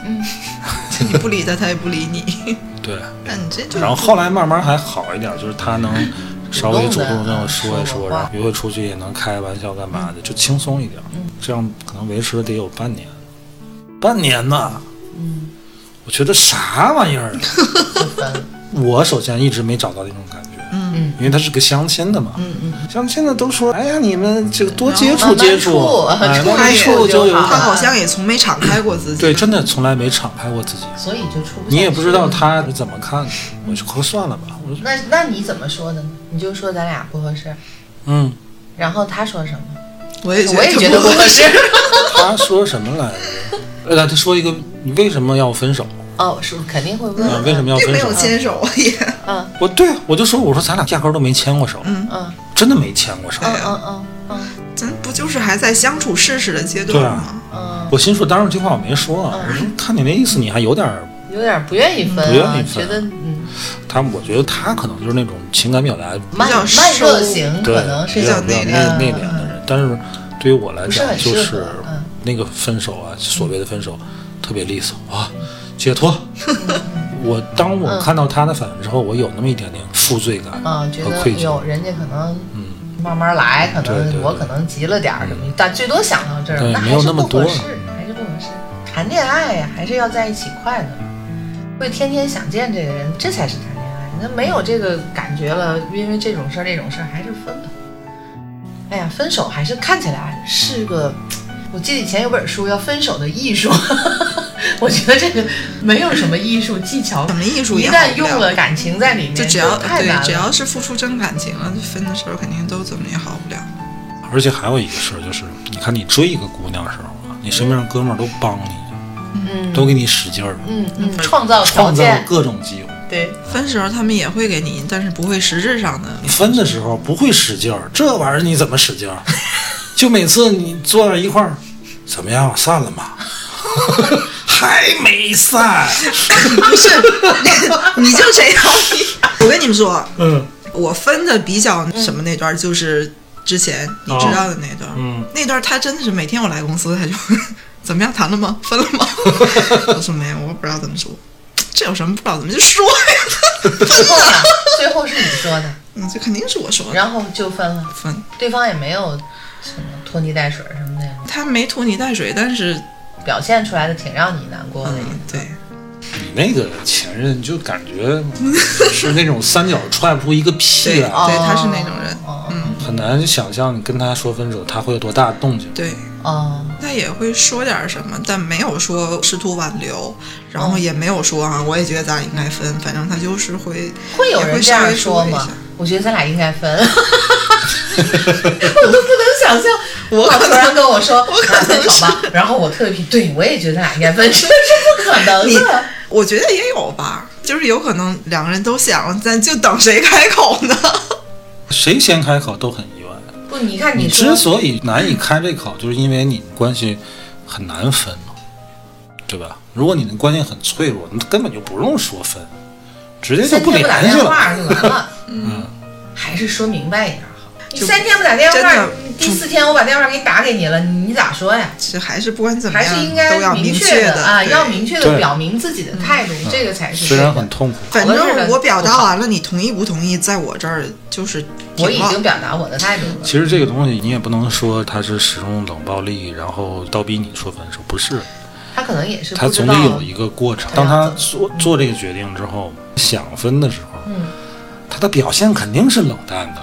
Speaker 4: 就你不理他，他也不理你，
Speaker 1: 对，
Speaker 4: 那你这就
Speaker 1: 然后后来慢慢还好一点，就是他能稍微主动跟我说一说，
Speaker 5: 主动地说我话
Speaker 1: 然后约会出去也能开玩笑干嘛的，就轻松一点。这样可能维持了得有半年，半年呐。嗯，我觉得啥玩意儿啊？
Speaker 5: 不分，
Speaker 1: 我首先一直没找到那种感觉，
Speaker 4: 嗯
Speaker 1: 因为他是个相亲的嘛，
Speaker 5: 嗯嗯，
Speaker 1: 相亲的都说，哎呀，你们这个多接
Speaker 5: 慢
Speaker 1: 触
Speaker 5: 慢
Speaker 1: 接触，
Speaker 5: 处
Speaker 1: 哎慢
Speaker 5: 处
Speaker 4: 一
Speaker 1: 慢
Speaker 4: 处
Speaker 1: 处
Speaker 5: 就
Speaker 1: 就有
Speaker 5: 好
Speaker 4: 他
Speaker 1: 感。
Speaker 4: 好像也从没敞开过自己。
Speaker 1: 对，真的从来没敞开过自己，
Speaker 5: 所以就处不下去。
Speaker 1: 你也不知道他是怎么看的。我就说算了吧，我说
Speaker 5: 那那你怎么说的呢？你就说咱俩不合适，
Speaker 1: 嗯，
Speaker 5: 然后他说什么？
Speaker 4: 我也
Speaker 5: 我也觉得不
Speaker 4: 不
Speaker 5: 合适。
Speaker 1: 他说什么来着？ 呃，他说一个，你为什么要分手？
Speaker 5: 哦，是肯定会问
Speaker 1: 啊，为什么要
Speaker 4: 并
Speaker 1: 分
Speaker 4: 没
Speaker 1: 手
Speaker 4: 有？牵手 也。
Speaker 5: 嗯
Speaker 1: 我对啊我就说，我说咱俩压根儿都没牵过手，
Speaker 4: 嗯
Speaker 5: 嗯
Speaker 1: 真的没牵过手。
Speaker 5: 嗯嗯嗯
Speaker 4: 咱不就是还在相处试试的阶
Speaker 1: 对
Speaker 4: 段
Speaker 1: 啊
Speaker 4: 吗？
Speaker 5: 嗯
Speaker 1: 我心说，当然这话我没说啊，我说看你那意思，你还有点儿
Speaker 5: 嗯，有点不愿意分
Speaker 1: 不愿
Speaker 5: 啊，
Speaker 1: 意分
Speaker 5: 觉得嗯
Speaker 1: 他，我觉得他可能就是那种情感表达
Speaker 5: 慢
Speaker 4: 较收
Speaker 5: 慢热型，
Speaker 1: 对
Speaker 5: 可能是
Speaker 1: 比
Speaker 4: 较
Speaker 1: 较
Speaker 5: 想
Speaker 1: 比较
Speaker 4: 内
Speaker 1: 敛
Speaker 5: 敛
Speaker 1: 内敛的人，但是对于我来
Speaker 5: 嗯不是
Speaker 1: 讲
Speaker 5: 很，
Speaker 1: 就
Speaker 5: 适
Speaker 1: 是
Speaker 5: 合嗯
Speaker 1: 那个分手啊，所谓的分手，特别利索啊，解 脱。我当我看到他的反应之后，我有那么一点点负罪感
Speaker 5: 嗯，觉
Speaker 1: 和
Speaker 5: 得
Speaker 1: 愧疚
Speaker 5: 有。人家可能
Speaker 1: 嗯，
Speaker 5: 慢慢来，可
Speaker 1: 对对
Speaker 5: 能
Speaker 1: 对
Speaker 5: 我可能急了点儿什么，但最多想到这儿，
Speaker 1: 对
Speaker 5: 那
Speaker 1: 没
Speaker 5: 还
Speaker 1: 有
Speaker 5: 是
Speaker 1: 那么
Speaker 5: 不合
Speaker 1: 多嗯
Speaker 5: 适，还是不合适。谈恋爱呀，还是要在一起快乐，会天天想见这个人，这才是谈恋爱。那没有这个感觉了，因为这种事儿那种事儿，还是分吧。哎呀，分手还是看起来是个，我记得以前有本书叫《分手的艺术》， 我觉得这个没有什么艺术技巧
Speaker 4: 怎，么艺术
Speaker 5: 一
Speaker 4: 也好
Speaker 5: 旦
Speaker 4: 不
Speaker 5: 用
Speaker 4: 了，
Speaker 5: 了感情在里面，
Speaker 4: 就只要
Speaker 5: 太
Speaker 4: 对
Speaker 5: 难，了。
Speaker 4: 只要是付出真感情了，就分的时候肯定都怎么也好不了。
Speaker 1: 而且还有一个事儿就是，你看你追一个姑娘的时候啊，你身边的哥们儿都帮你，
Speaker 5: 嗯
Speaker 1: 都给你使劲儿，
Speaker 5: 嗯嗯，创造条
Speaker 1: 创造
Speaker 5: 件，
Speaker 1: 各种机会。
Speaker 5: 对，
Speaker 4: 分时候他们也会给你，但是不会实质上的。
Speaker 1: 分的时候不会使劲儿，这玩意儿你怎么使劲儿？ 就每次你坐在一块儿，怎么样，散了 吗？还没散，
Speaker 4: 不是， 你就这样。我跟你们说，
Speaker 1: 嗯
Speaker 4: 我分的比较什么那段，就是之前你知道的那段。
Speaker 1: 嗯，
Speaker 4: 那段他真的是每天我来公司，他就 怎么样谈了吗？分了 吗？我说没有，我不知道怎么说。这有什么不知道怎么就说 呀？
Speaker 5: 最后呢，最后是你说的，
Speaker 4: 嗯，这肯定是我说的。
Speaker 5: 然后就分了，
Speaker 4: 分，
Speaker 5: 对方也没有什么拖泥带水什么的，
Speaker 4: 他没拖泥带水，但是
Speaker 5: 表现出来的挺让你难过的。
Speaker 4: 嗯，对，
Speaker 1: 你那个前任就感觉是那种三脚踹不出一个啊屁
Speaker 4: 对，啊
Speaker 1: 来，
Speaker 5: 哦
Speaker 4: 对，他是那种人，
Speaker 5: 哦
Speaker 4: 嗯，
Speaker 1: 很难想象你跟他说分手，他会有多大的动静。
Speaker 4: 对，
Speaker 5: 哦，
Speaker 4: 他也会说点什么，但没有说试图挽留，然后也没有说啊，我也觉得咱俩应该分，反正他就是会
Speaker 5: 会有人这样说
Speaker 4: 也会稍微说一
Speaker 5: 吗
Speaker 4: 下？
Speaker 5: 我觉得咱俩应该分，我都不能想象。我
Speaker 4: 可能
Speaker 5: 突然跟我说，
Speaker 4: 我可能
Speaker 5: 那分手吧，然后我特别对我也觉得咱俩应该分，这是不可能
Speaker 4: 你
Speaker 5: 的。，
Speaker 4: 我觉得也有吧，就是有可能两个人都想了，咱就等谁开口呢？
Speaker 1: 谁先开口都很意外。
Speaker 5: 不，你看
Speaker 1: 你
Speaker 5: 说
Speaker 1: 之所以难以开这口，就是因为你关系很难分嘛，对吧？如果你的关系很脆弱，你根本就不用说分，直接就
Speaker 5: 三天不打
Speaker 1: 联系
Speaker 5: 电
Speaker 1: 了。
Speaker 5: 话就完了。嗯，还是说明白一点好。你三天不打电
Speaker 4: 真
Speaker 5: 话
Speaker 4: 的，
Speaker 5: 你第四天我把电话给打给你了，你你咋说呀？
Speaker 4: 这还是不管怎么
Speaker 5: 还
Speaker 4: 样，
Speaker 5: 是应
Speaker 4: 都
Speaker 5: 该
Speaker 4: 要
Speaker 5: 明
Speaker 4: 确
Speaker 5: 的啊，
Speaker 4: 对嗯
Speaker 5: 要明确的
Speaker 1: 对
Speaker 5: 表明自己的态度，这个才是
Speaker 1: 虽
Speaker 5: 对
Speaker 1: 然
Speaker 5: 的
Speaker 1: 很痛苦，
Speaker 4: 反
Speaker 5: 好多事儿
Speaker 4: 正我表达完了，你同意不同意，在我这儿就是
Speaker 5: 我
Speaker 4: 停
Speaker 5: 已
Speaker 4: 了
Speaker 5: 经。表达我的态度了。
Speaker 1: 其实这个东西你也不能说他是使用冷暴力，然后倒逼你说分手，不是，
Speaker 5: 他可能也是
Speaker 1: 他
Speaker 5: 不知
Speaker 1: 总
Speaker 5: 道啊
Speaker 1: 得有一个过程。
Speaker 5: 他
Speaker 1: 当他
Speaker 5: 要走
Speaker 1: 做做这个决定之后，想分的时候，
Speaker 5: 嗯
Speaker 1: 他的表现肯定是冷淡的，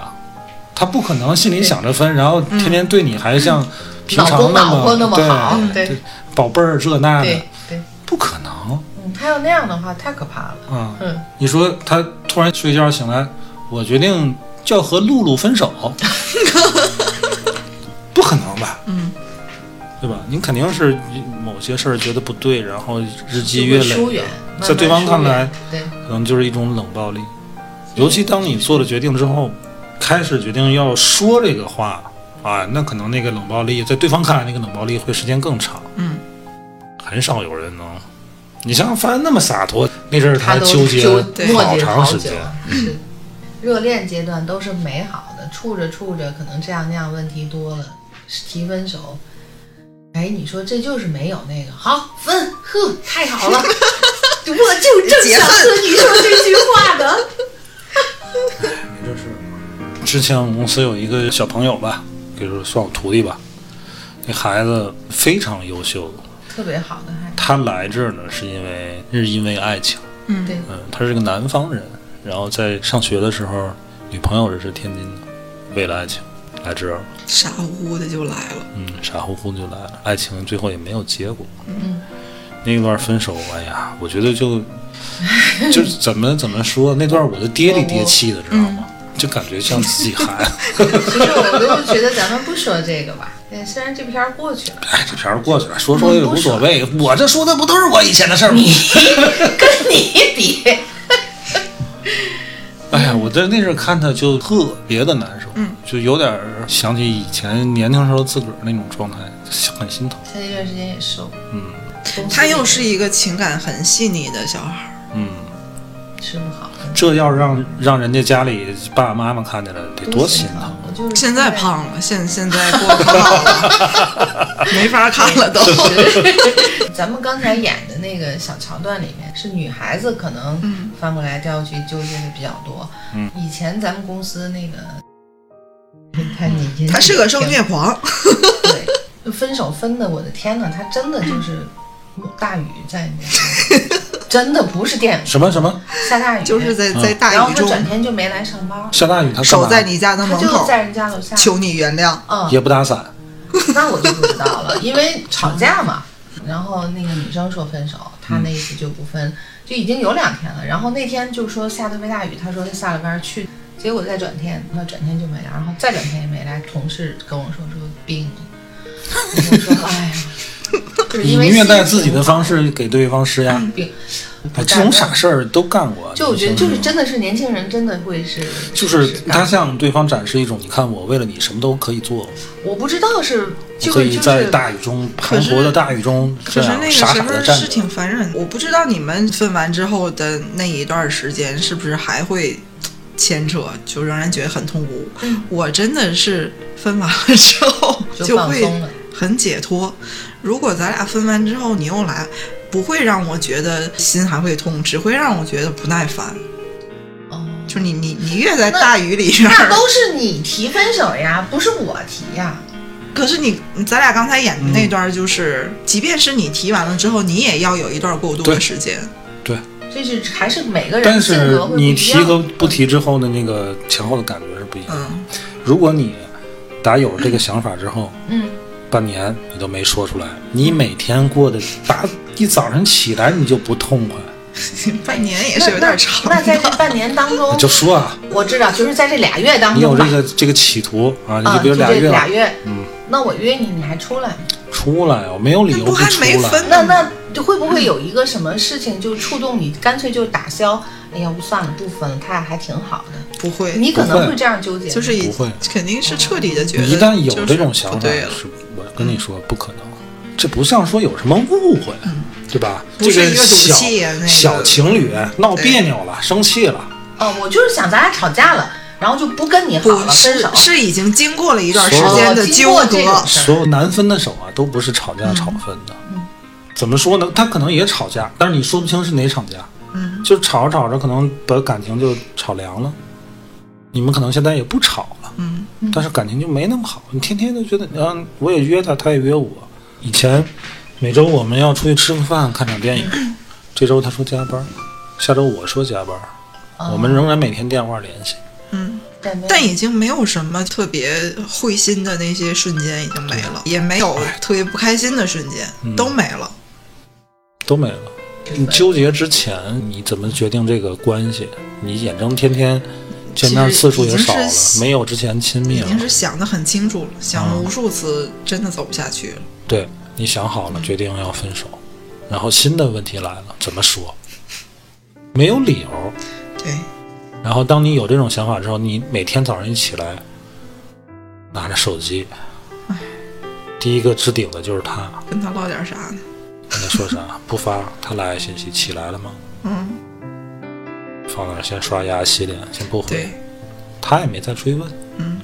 Speaker 1: 他不可能心里想着分，然后天天对你还像平
Speaker 5: 嗯老
Speaker 1: 常
Speaker 5: 公
Speaker 1: 那
Speaker 5: 老婆
Speaker 1: 么
Speaker 5: 那么好，对
Speaker 1: 对宝贝儿这那的
Speaker 5: 对，对，
Speaker 1: 不可能
Speaker 5: 嗯，他要那样的话太可怕了。
Speaker 1: 啊！
Speaker 5: 嗯，
Speaker 1: 你说他突然睡觉醒来，我决定就要和露露分 手，不可能吧？嗯，对吧？你肯定是某些事儿觉得不对，然后日积月
Speaker 5: 就会疏
Speaker 1: 累，
Speaker 5: 远，慢
Speaker 1: 在对方
Speaker 5: 慢
Speaker 1: 看
Speaker 5: 疏远
Speaker 1: 来，
Speaker 5: 对，
Speaker 1: 可能就是一种冷暴力。尤其当你做了决定之后，开始决定要说这个话啊，那可能那个冷暴力在对方看来，那个冷暴力会时间更长。
Speaker 4: 嗯，
Speaker 1: 很少有人能，你像帆那么洒脱，那阵儿
Speaker 5: 他都
Speaker 1: 纠结
Speaker 5: 纠
Speaker 4: 对
Speaker 5: 磨
Speaker 1: 好
Speaker 5: 叽
Speaker 1: 长时
Speaker 5: 久
Speaker 1: 间。嗯
Speaker 5: 了。是，热恋阶段都是美好的，处着处着，可能这样那样问题多了，提分手。哎，你说这就是没有那个好分，呵，太好 了，我就正想和你说这句话呢。
Speaker 1: 之前我们公司有一个小朋友吧，比如说算我徒弟吧，那孩子非常优秀，
Speaker 5: 特别好的还
Speaker 1: 他来这儿呢，是因为是因为爱情。
Speaker 4: 嗯
Speaker 5: 对，
Speaker 1: 嗯，他是个南方人，然后在上学的时候，女朋友是天津的，为了爱情来这儿了。
Speaker 4: 傻乎乎的就来了。
Speaker 1: 嗯，傻乎乎就来了，爱情最后也没有结果。
Speaker 5: 嗯，
Speaker 1: 那段分手，哎呀，我觉得就就是怎么怎么说，那段我都跌里跌气的，知道吗？就感觉像自己孩 子。
Speaker 5: 其实我就觉得咱们不说这个吧，哎虽然这片儿 过去了，
Speaker 1: 哎，这片儿过去了，说说也无所谓。我这说的不都是我以前的事儿吗？
Speaker 5: 跟你比，
Speaker 1: 哎呀，我在那阵儿看他就特别的难受，
Speaker 4: 嗯
Speaker 1: 就有点儿想起以前年轻时候自个儿那种状态，很心疼。
Speaker 5: 前一段时间也瘦，
Speaker 1: 嗯
Speaker 5: 公司
Speaker 4: 他
Speaker 5: 也
Speaker 4: 又是一个情感很细腻的小孩儿，
Speaker 1: 嗯，
Speaker 5: 吃不好，
Speaker 1: 这要让让人家家里爸爸妈妈看见了，得多啊心疼！
Speaker 5: 我就是
Speaker 4: 现在胖了，现现在过得可好了，啊没法看了都。
Speaker 5: 咱们刚才演的那个小桥段里面，是女孩子可能
Speaker 4: 嗯
Speaker 5: 翻过来调过去纠结的比较多。
Speaker 1: 嗯，
Speaker 5: 以前咱们公司那个，
Speaker 4: 嗯
Speaker 5: 你看你引起
Speaker 4: 他是个受虐狂，
Speaker 1: 嗯
Speaker 5: 对，就分手分的，我的天呐，他真的就是大雨在那边，真的不是电
Speaker 1: 什么什么
Speaker 5: 下大雨，
Speaker 4: 就是在
Speaker 1: 嗯
Speaker 4: 在
Speaker 5: 然
Speaker 4: 大
Speaker 5: 后
Speaker 4: 雨
Speaker 5: 他
Speaker 4: 中
Speaker 5: 转天就没来上班，
Speaker 1: 下大雨他干
Speaker 4: 守
Speaker 1: 嘛
Speaker 4: 在你家的
Speaker 5: 他
Speaker 4: 门
Speaker 5: 就
Speaker 4: 口，
Speaker 5: 在人家楼下。
Speaker 4: 求你原谅。
Speaker 5: 嗯，
Speaker 1: 也不打伞，
Speaker 5: 那我就不知道了，因为吵架嘛。然后那个女生说分手，他那意思就不分，就已经有两天了。然后那天就说下特别大雨，他说他下了班去，结果再转天，他转天就没来，然后再转天也没来。同事跟我说说病了，我说哎呀，就是
Speaker 1: 以
Speaker 5: 因为
Speaker 1: 虐待
Speaker 5: 心情
Speaker 1: 自己的方式给对方施压，
Speaker 4: 嗯
Speaker 5: 病，
Speaker 1: 哎，这种傻事儿都干过。
Speaker 5: 就我觉得就是
Speaker 1: 真，
Speaker 5: 真的是年轻人真的会是
Speaker 1: 就是他向对方展示一种，你看我为了你什么都可以做，
Speaker 5: 我不知道是就
Speaker 1: 可
Speaker 5: 是
Speaker 1: 以
Speaker 5: 就
Speaker 1: 在
Speaker 5: 是
Speaker 1: 大雨中
Speaker 4: 可
Speaker 1: 滂
Speaker 4: 是
Speaker 1: 沱的大雨中这
Speaker 4: 可是
Speaker 1: 样
Speaker 4: 那个时
Speaker 1: 啊傻傻的
Speaker 4: 候
Speaker 1: 站
Speaker 4: 是
Speaker 1: 着
Speaker 4: 挺。烦人的，我不知道你们分完之后的那一段时间是不是还会牵扯，就让人觉得很痛苦。我真的是分完了之后
Speaker 5: 就
Speaker 4: 嗯就
Speaker 5: 放
Speaker 4: 会
Speaker 5: 松了
Speaker 4: 很解脱。如果咱俩分完之后你又来，不会让我觉得心还会痛，只会让我觉得不耐烦。
Speaker 5: 嗯
Speaker 4: 就你你你越在
Speaker 5: 那
Speaker 4: 大雨里面，
Speaker 5: 那都是你提分手呀，不是我提呀。
Speaker 4: 可是你咱俩刚才演的
Speaker 1: 嗯
Speaker 4: 那段就是，即便是你提完了之后，你也要有一段过渡的
Speaker 1: 对
Speaker 4: 时间。
Speaker 5: 这是还是每个人
Speaker 1: 但
Speaker 5: 性
Speaker 1: 是
Speaker 5: 格会不一
Speaker 1: 你
Speaker 5: 样
Speaker 1: 提和不提之后的那个前后的感觉是不一样。
Speaker 4: 嗯，
Speaker 1: 如果你打有了这个想法之后，
Speaker 5: 嗯，
Speaker 1: 半年你都没说出来，你每天过的打一早上起来你就不痛快，
Speaker 4: 哦半年也是有点长
Speaker 5: 那那那在这
Speaker 4: 的。
Speaker 5: 半年当中
Speaker 1: 你， 就说啊，
Speaker 5: 我知道，就是在这俩月当
Speaker 1: 你有
Speaker 5: 中吧
Speaker 1: 这，个这个企图啊，你
Speaker 5: 啊，
Speaker 1: 就比
Speaker 5: 就
Speaker 1: 如
Speaker 5: 这
Speaker 1: 俩月
Speaker 5: 俩月，
Speaker 1: 嗯，
Speaker 5: 那我约你，你还出来吗？
Speaker 1: 出来，我没有理由
Speaker 4: 那不还
Speaker 1: 出
Speaker 4: 没分
Speaker 1: 来。
Speaker 5: 那那就会不会有一个什么事情就触动你，干脆就打消？哎呀，不算了，不分了，他俩还挺好的。
Speaker 4: 不会，
Speaker 5: 你可
Speaker 1: 不
Speaker 5: 能
Speaker 1: 会
Speaker 5: 会这样纠结，
Speaker 4: 就是已
Speaker 1: 哎不会
Speaker 4: 肯定是彻底的觉得，
Speaker 1: 你一旦有这种
Speaker 4: 就
Speaker 1: 想
Speaker 4: 是
Speaker 1: 法，
Speaker 4: 不对了，
Speaker 1: 是我跟你说不可能，这不像说有什么误会，对吧？
Speaker 4: 嗯不是
Speaker 1: 这
Speaker 4: 一个赌
Speaker 1: 小
Speaker 4: 气啊那个
Speaker 1: 小情侣闹别扭了，生气了，
Speaker 5: 哦，我就是想咱俩吵架了，然后就不跟你好
Speaker 4: 不
Speaker 5: 了，分
Speaker 4: 是
Speaker 5: 手。
Speaker 4: 是已经经过了一段时
Speaker 1: 所有
Speaker 4: 间的
Speaker 5: 哦经
Speaker 4: 纠
Speaker 5: 过这
Speaker 4: 葛
Speaker 5: 种，
Speaker 1: 所有难分的手啊，都不是吵
Speaker 4: 嗯
Speaker 1: 架吵分的。怎么说呢？他可能也吵架，但是你说不清是哪场架。
Speaker 4: 嗯，
Speaker 1: 就吵着吵着，可能把感情就吵凉了。你们可能现在也不吵了，
Speaker 4: 嗯，
Speaker 1: 但是感情就没那么好。你天天都觉得，嗯，我也约他，他也约我。以前每周我们要出去吃个饭，看场电影。
Speaker 4: 嗯
Speaker 1: 这周他说加班，下周我说加班，
Speaker 4: 哦
Speaker 1: 我们仍然每天电话联系。
Speaker 5: 但没有
Speaker 4: 但已经没有什么特别会心的那些瞬间已经没了，
Speaker 1: 嗯
Speaker 4: 也没有
Speaker 1: 哎
Speaker 4: 特别不开心的瞬间，都没了。
Speaker 1: 都没了。你纠结之前，你怎么决定这个关系？你眼睁天天见面次数也少了
Speaker 4: 已经，是
Speaker 1: 没有之前亲密
Speaker 4: 已
Speaker 1: 了。嗯
Speaker 4: 经是想的很清楚了，想了无数次，真的走不下去了。
Speaker 1: 对你想好了，决定要分手，然后新的问题来了，怎么说？没有理由。
Speaker 4: 对，
Speaker 1: 然后当你有这种想法之后，你每天早上一起来，拿着手机，第一个置顶的就是他。
Speaker 4: 跟他唠点啥呢？
Speaker 1: 跟他说 啥？不发，他来信息，起来了吗？
Speaker 4: 嗯，
Speaker 1: 放那儿先刷牙洗脸，先不回
Speaker 4: 对。，
Speaker 1: 他也没再追问。
Speaker 4: 嗯，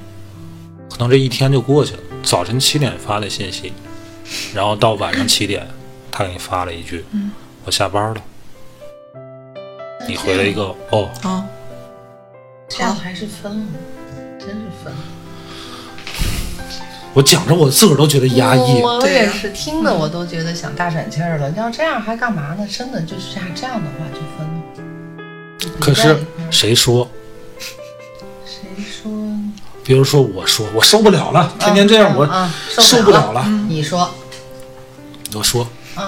Speaker 1: 可能这一天就过去了。早晨七点发的信息，然后到晚上七点，他给你发了一句：“我下班了。”你回了一个“哦
Speaker 4: 哦，
Speaker 5: 这样还是分了，真是分了。
Speaker 1: 我讲着我自个儿都觉得压抑。
Speaker 5: 嗯我
Speaker 4: 对
Speaker 5: 也
Speaker 4: 呀
Speaker 5: 是听的，我都觉得想大喘气儿了。要这样还干嘛呢？真的就是这样，这样的话就分了。就不
Speaker 1: 可
Speaker 5: 在
Speaker 1: 是
Speaker 5: 一块儿
Speaker 1: 谁说？
Speaker 5: 谁说？
Speaker 1: 比如说我说我受不了了，天天这样、
Speaker 5: 啊
Speaker 1: 我、
Speaker 5: 啊
Speaker 1: 受
Speaker 5: 不
Speaker 1: 不了了。
Speaker 4: 嗯
Speaker 5: 你说，
Speaker 1: 我说
Speaker 5: 嗯，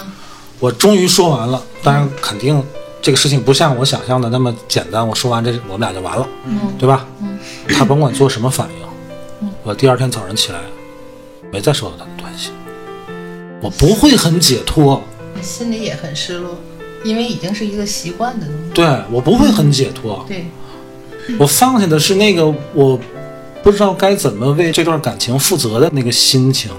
Speaker 1: 我终于说完了，当然肯定这个事情不像我想象的那么简单。我说完这我们俩就完了，
Speaker 5: 嗯
Speaker 1: 对吧？他甭管做什么反应，我第二天早上起来没再收到他的短信，我不会很解脱，
Speaker 5: 你心里也很失落，因为已经是一个习惯的东西。
Speaker 1: 对我不会很解脱。
Speaker 5: 对，嗯
Speaker 1: 我放下的是那个我不知道该怎么为这段感情负责的那个心情，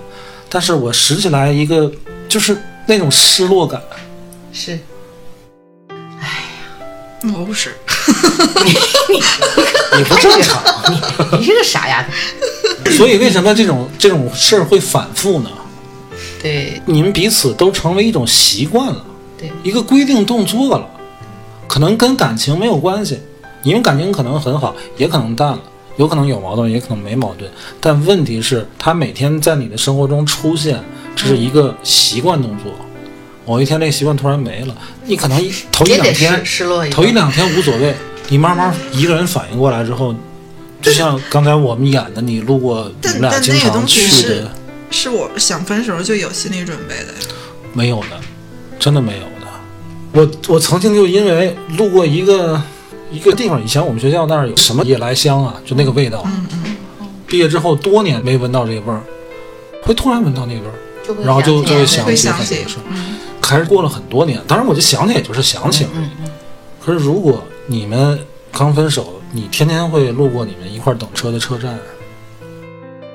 Speaker 1: 但是我拾起来一个就是那种失落感。
Speaker 5: 是
Speaker 4: 我不是，
Speaker 1: 你不正常，
Speaker 5: 你是个傻丫头。
Speaker 1: 所以为什么这种这种事儿会反复呢？
Speaker 5: 对
Speaker 1: 你们彼此都成为一种习惯了，
Speaker 5: 对，
Speaker 1: 一个规定动作了，可能跟感情没有关系。你们感情可能很好，也可能淡了，有可能有矛盾，也可能没矛盾。但问题是，他每天在你的生活中出现，这是一个习惯动作。某一天这个习惯突然没了，你可能一头一
Speaker 5: 也
Speaker 1: 两
Speaker 5: 得
Speaker 1: 天
Speaker 5: 失失落一
Speaker 1: 头一
Speaker 5: 个。
Speaker 1: 两天无所谓，你慢慢一个人反应过来之后，就像刚才我们演的，你路过你
Speaker 4: 但
Speaker 1: 们俩
Speaker 4: 但
Speaker 1: 经
Speaker 4: 那个
Speaker 1: 常
Speaker 4: 东西
Speaker 1: 去
Speaker 4: 是
Speaker 1: 的，
Speaker 4: 是我想分手就有心理准备的。
Speaker 1: 没有的，真的没有的。我我曾经就因为路过一个一个地方，以前我们学校那儿有什么夜来香啊，就那个味道，
Speaker 4: 嗯嗯，
Speaker 1: 毕业之后多年没闻到这味儿，会突然闻到那味儿，
Speaker 5: 就会
Speaker 1: 然后就
Speaker 5: 想
Speaker 1: 就
Speaker 5: 起
Speaker 1: 会
Speaker 5: 来
Speaker 1: 想
Speaker 4: 会
Speaker 1: 起
Speaker 4: 想
Speaker 1: 很多
Speaker 4: 起嗯
Speaker 1: 事儿。还是过了很多年，当然我就想起，也就是想起而已。
Speaker 5: 嗯嗯
Speaker 1: 可是如果你们刚分手，你天天会路过你们一块儿等车的车站，